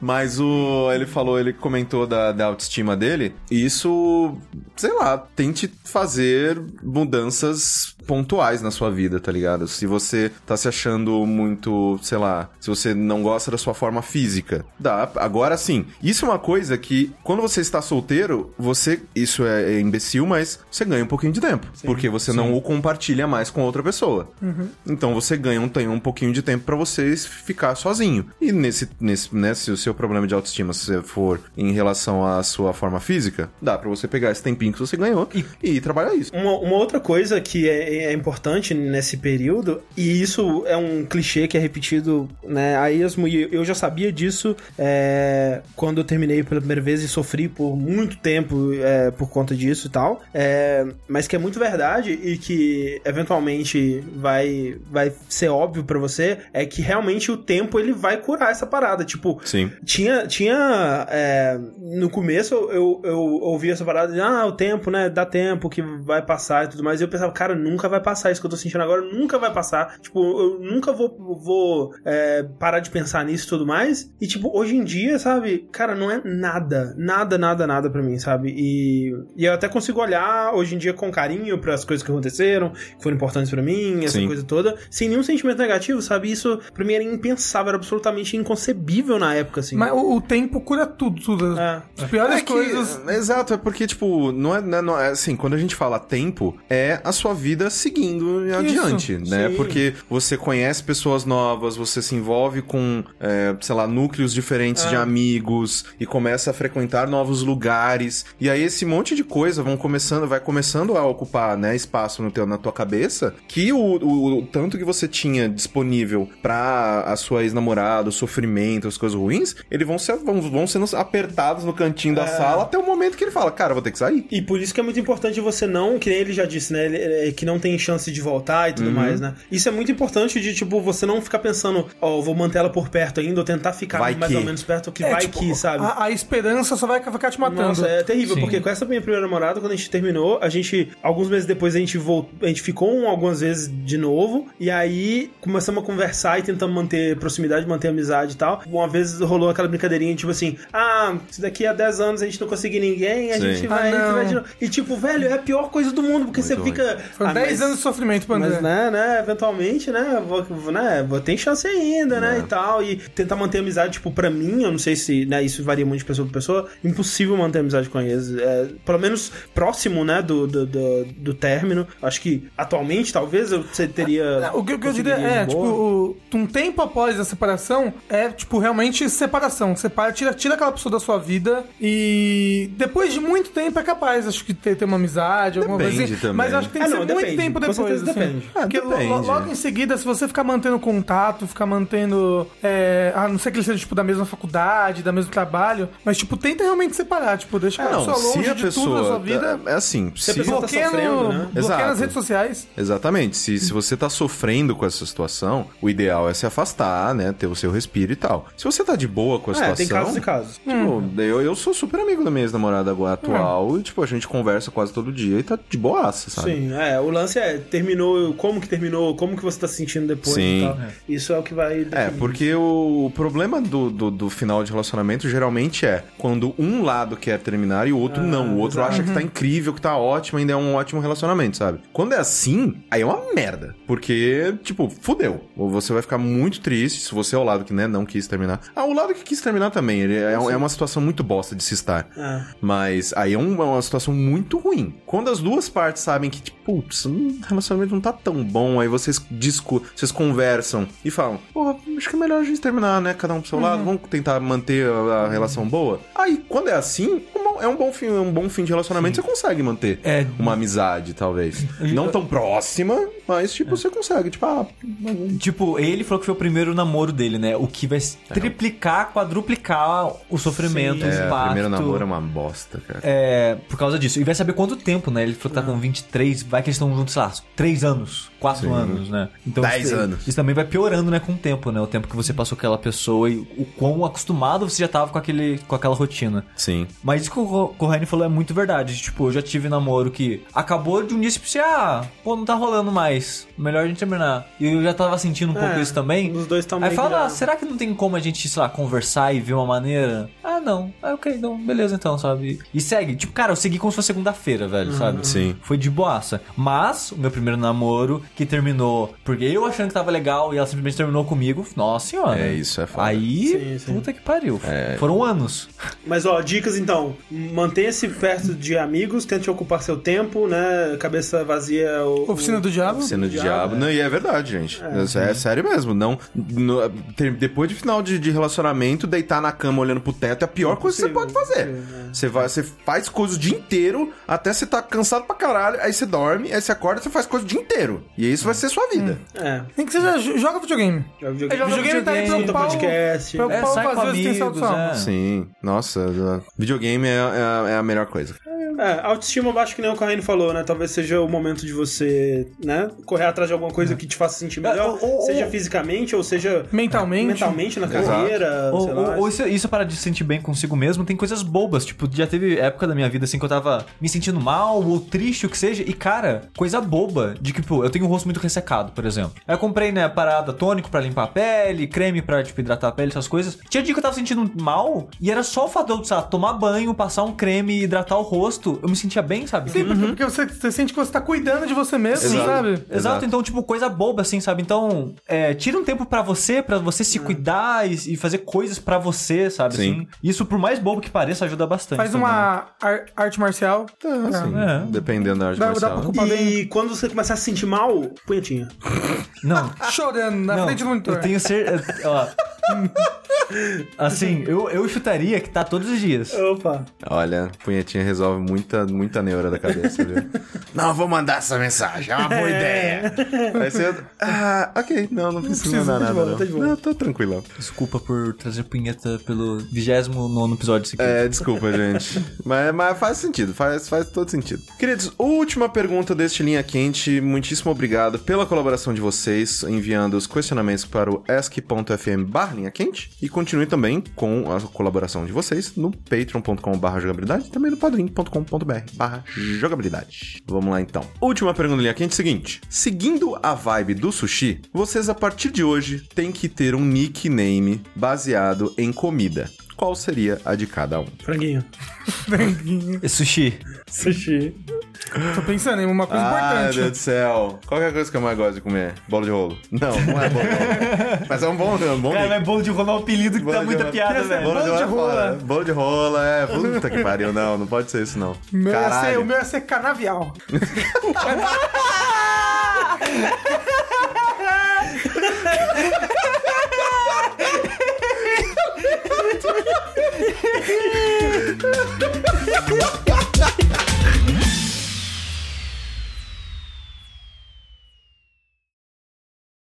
Mas o ele falou, ele comentou da, da autoestima dele. E isso, sei lá, tente fazer mudanças pontuais na sua vida, tá ligado? Se você tá se achando muito, sei lá, se você não gosta da sua forma física, dá. Agora sim, isso é uma coisa que quando você está solteiro, você, isso é, é imbecil, mas você ganha um pouquinho de tempo, porque você não o compartilha mais com outra pessoa. Uhum. Então você ganha um, tem um pouquinho de tempo pra você ficar sozinho. E nesse, nesse, né, se o seu problema de autoestima se for em relação à sua forma física, dá pra você pegar esse tempinho que você ganhou e, e trabalhar isso. Uma, uma outra coisa que é, é importante nesse período, e isso é um clichê que é repetido né, a esmo, e eu já sabia disso é, quando eu terminei pela primeira vez e sofri por muito tempo é, por conta disso e tal, é, mas que é muito verdade e que eventualmente vai, vai ser óbvio pra você, é que realmente o tempo ele vai curar essa parada. Tipo, Sim. tinha, tinha é, no começo eu, eu, eu ouvi essa parada de, ah, o tempo, né, dá tempo que vai passar e tudo mais, e eu pensava, cara, nunca vai passar isso que eu tô sentindo agora, nunca vai passar tipo, eu nunca vou, vou é, parar de pensar nisso e tudo mais e tipo, hoje em dia, sabe, cara não é nada, nada, nada, nada pra mim sabe, e, e eu até consigo olhar hoje em dia com carinho para as coisas que aconteceram, que foram importantes pra mim assim, essa Sim. coisa toda, sem nenhum sentimento negativo sabe, isso pra mim era impensável era absolutamente inconcebível na época, assim Mas o, o tempo cura tudo, tudo. é. As piores É que- coisas. Exato, é porque, tipo, não é, né, não é- assim, quando a gente fala tempo, é a sua vida seguindo adiante, né? Sim. Porque você conhece pessoas novas, você se envolve com, é, sei lá, núcleos diferentes Ah. de amigos e começa a frequentar novos lugares. E aí esse monte de coisa vão começando, vai começando a ocupar, né, espaço no teu, na tua cabeça, que o, o- o tanto que você tinha disponível pra a sua ex-namorada, o sofrimento, as coisas ruins, eles vão, ser, vão, vão sendo apertados no cantinho É. da sala até o momento que ele fala, cara, eu vou ter que sair. E por isso que é muito importante você não, que nem ele já disse, né? ele- é, que não tem chance de voltar e tudo Uhum. mais, né? Isso é muito importante de, tipo, você não ficar pensando, ó, eu vou manter ela por perto ainda, ou tentar ficar Vai mais que. ou menos perto, que É, vai tipo, que, sabe? A, a esperança só vai ficar te matando. Nossa, é terrível, Sim. porque com essa minha primeira namorada, quando a gente terminou, a gente, alguns meses depois, a gente voltou, a gente ficou um, algumas vezes de novo, e aí começamos a conversar e tentamos manter proximidade, manter amizade e tal. Uma vez rolou aquela brincadeirinha, tipo assim, ah, se daqui a 10 anos a gente não conseguir ninguém, a Sim. gente Ah, vai, a gente não. vai de novo. E tipo, velho, é a pior coisa do mundo, porque você ruim. fica... Foram Ah, 10 mas- anos de sofrimento pra André. mas, né, né, eventualmente, né, vou, vou- né, vou ter chance ainda, É. né, e tal, e tentar manter a amizade, tipo, pra mim, eu não sei se, né, isso varia muito de pessoa pra pessoa, impossível manter a amizade com eles, é, pelo menos próximo, né, do, do, do, do término, acho que atualmente, talvez, eu você teria... O que, o que eu diria conseguiria é, de tipo, boa. o- um tempo após a separação é, tipo, realmente separação. Separa, tira, tira aquela pessoa da sua vida e depois de muito tempo é capaz, acho que, ter, ter uma amizade, alguma coisa Depende assim. também. Mas eu acho que tem Ah, que ser não, muito depende. tempo Com depois. certeza assim. depende. Ah, Porque lo- lo- depende. logo em seguida, se você ficar mantendo contato, ficar mantendo. é, a não ser que ele seja, tipo, da mesma faculdade, da mesmo trabalho, mas, tipo, tenta realmente separar, tipo, deixa a É, não, pessoa longe se a de pessoa. tudo da sua vida. tá- é assim, se, a pessoa tá Bloqueia, no- sofrendo, né? bloqueia nas Exato. redes sociais. Exatamente. Se, se você tá sofrendo com essa situação, o ideal é se afastar, né? Ter o seu respiro e tal. Se você tá de boa com a É, situação. tem casos e casos. Tipo, eu, eu sou super Uhum. amigo da minha ex-namorada agora atual e, tipo, a gente conversa quase todo dia e tá de boaça, sabe? Sim, é, o lance lance é, terminou, como que terminou, como que você tá se sentindo depois Sim. e tal. Isso é o que vai... É, definir. porque o problema do, do, do final de relacionamento geralmente é quando um lado quer terminar e o outro não. O outro acha que tá incrível, que tá ótimo, ainda é um ótimo relacionamento, sabe? Quando é assim, aí é uma merda. Porque, tipo, fudeu. Ou Você vai ficar muito triste se você é o lado que né, não quis terminar. Ah, o lado que quis terminar também. Ele é, é uma situação muito bosta de se estar. Ah. Mas aí é um- é uma situação muito ruim. Quando as duas partes sabem que, tipo, putz, hum, o relacionamento não tá tão bom, aí vocês discu vocês conversam e falam, porra, acho que é melhor a gente terminar, né? Cada um pro seu Uhum. lado, vamos tentar manter a, a relação boa. Aí, quando é assim, um bom- é um bom fim, é um bom fim de relacionamento, você consegue manter É. uma amizade, talvez. Eu- É. não tão próxima, mas, tipo, você consegue, tipo, ah, Tipo, ele falou que foi o primeiro namoro dele, né? O que vai triplicar, quadruplicar o sofrimento, o Tá. é, impacto. primeiro namoro é uma bosta, cara. É, por causa disso. E vai saber quanto tempo, né? Ele falou que tá com 23, vai que eles estão juntos, sei lá, 3 anos, 4 anos, né? Então, Dez isso, anos. Isso também vai piorando, né, com o tempo, né? O tempo que você passou com aquela pessoa e o quão acostumado você já tava com, aquele, com aquela rotina. Sim. Mas isso que o Corrêne falou é muito verdade. Tipo, eu já tive namoro que acabou de um dia tipo, você, ah, pô, não tá rolando mais. Melhor a gente terminar. E eu já tava sentindo um pouco isso também. É, Os dois estão Aí fala, ah, será que não tem como a gente, sei lá, conversar e ver uma maneira? Ah, não. Ah, ok, então, beleza então, sabe? E segue. Tipo, cara, eu segui como se fosse segunda-feira, velho, Uhum. sabe? Sim. Foi de boaça. Mas, o meu primeiro namoro, que terminou porque eu achando que tava legal e ela simplesmente terminou comigo, nossa senhora. É isso, é foda. É. Aí, Sim, sim. puta que pariu. Foram anos. Mas ó, dicas então. Mantenha-se perto de amigos, tente ocupar seu tempo, né? Cabeça vazia. O, Oficina do Diabo? Cena do diabo. Não, e é verdade, gente. Isso É, sério mesmo. Não, no- ter- depois de final de, de relacionamento, deitar na cama olhando pro teto é a pior coisa que você pode fazer. Você, vai, você faz coisa o dia inteiro até você tá cansado pra caralho. Aí você dorme, aí você acorda você faz coisa o dia inteiro. E isso vai ser sua vida. É. Nem que seja, jo- joga videogame. Joga É, joga videogame. videogame, tá aí pra Escuta ocupar o- podcast. pra É, Paulo sai com Fazeres tem amigos, solução. é. Sim. Nossa, uh, videogame é, é a- é a melhor coisa. É, autoestima baixo que nem o Corrêne falou, né? Talvez seja o momento de você, né? Correr atrás de alguma coisa que te faça sentir melhor. É, ou- ou- seja ou- fisicamente, ou seja Mentalmente. mentalmente na Exato. carreira, Ou, sei ou- lá. ou isso, isso é parar de se sentir bem consigo mesmo, tem coisas bobas. Tipo, já teve época da minha vida assim que eu tava me sentindo mal ou triste, o que seja. E, cara, coisa boba. De que, pô, eu tenho o rosto muito ressecado, por exemplo. Aí eu comprei, né, parada tônico pra limpar a pele, creme pra, tipo, hidratar a pele, essas coisas. Tinha dia que eu tava sentindo mal e era só o fato de eu, sei lá, tomar banho, passar um creme e hidratar o rosto. Eu me sentia bem, sabe? Sim, porque, porque você, você sente que você tá cuidando de você mesmo, Exato. sabe? Exato. Exato. então, tipo, coisa boba, assim, sabe? Então, é, tira um tempo pra você, pra você se cuidar e, e fazer coisas pra você, sabe? Sim. assim? Isso, por mais bobo que pareça, ajuda bastante. Faz uma ar- arte marcial. tá Então, assim, É. dependendo da arte né? Dá, dá marcial. pra culpar bem. E quando você começar a se sentir mal, punhetinha. também. Não. Chorando na não, frente do monitor. Eu tenho certeza. Ó. assim, eu, eu chutaria que tá todos os dias. Opa. Olha, punhetinha resolve muita, muita neura da cabeça, viu? não, eu vou mandar essa mensagem, é uma boa ideia. Aí você. Ah, ok, não, não preciso precisa, mandar tá nada. de boa, não. tá de boa. não, tô tranquilão. Desculpa por trazer punheta pelo 29 episódio seguinte. É, desculpa, gente. Mas, mas faz sentido, faz, faz todo sentido. Queridos, última pergunta deste Linha Quente. Muitíssimo obrigado pela colaboração de vocês, enviando os questionamentos para o ask.fm barra Linha Quente. E continue também com a colaboração de vocês no patreon.com barra jogabilidade e também no padrim.com.br barra jogabilidade. Vamos lá, então. Última pergunta do Linha Quente, seguinte. Seguindo a vibe do sushi, vocês a partir de hoje têm que ter um nickname baseado em comida qual seria a de cada um. Franguinho. Franguinho. É. Sushi. Sushi. Tô pensando em uma É Ah, coisa importante. do céu. Qual é a coisa que eu mais gosto de comer? Bolo de rolo. Não, não é bolo de rolo. Mas é um bom, é um bom nick. bolo de rolar um apelido que Bolo de rolo. Bolo de rola. é foda. Bolo de rola, é. Puta que pariu, não. Não pode ser isso, não. O é- meu ia ser- Caralho. o meu ia ser canavial.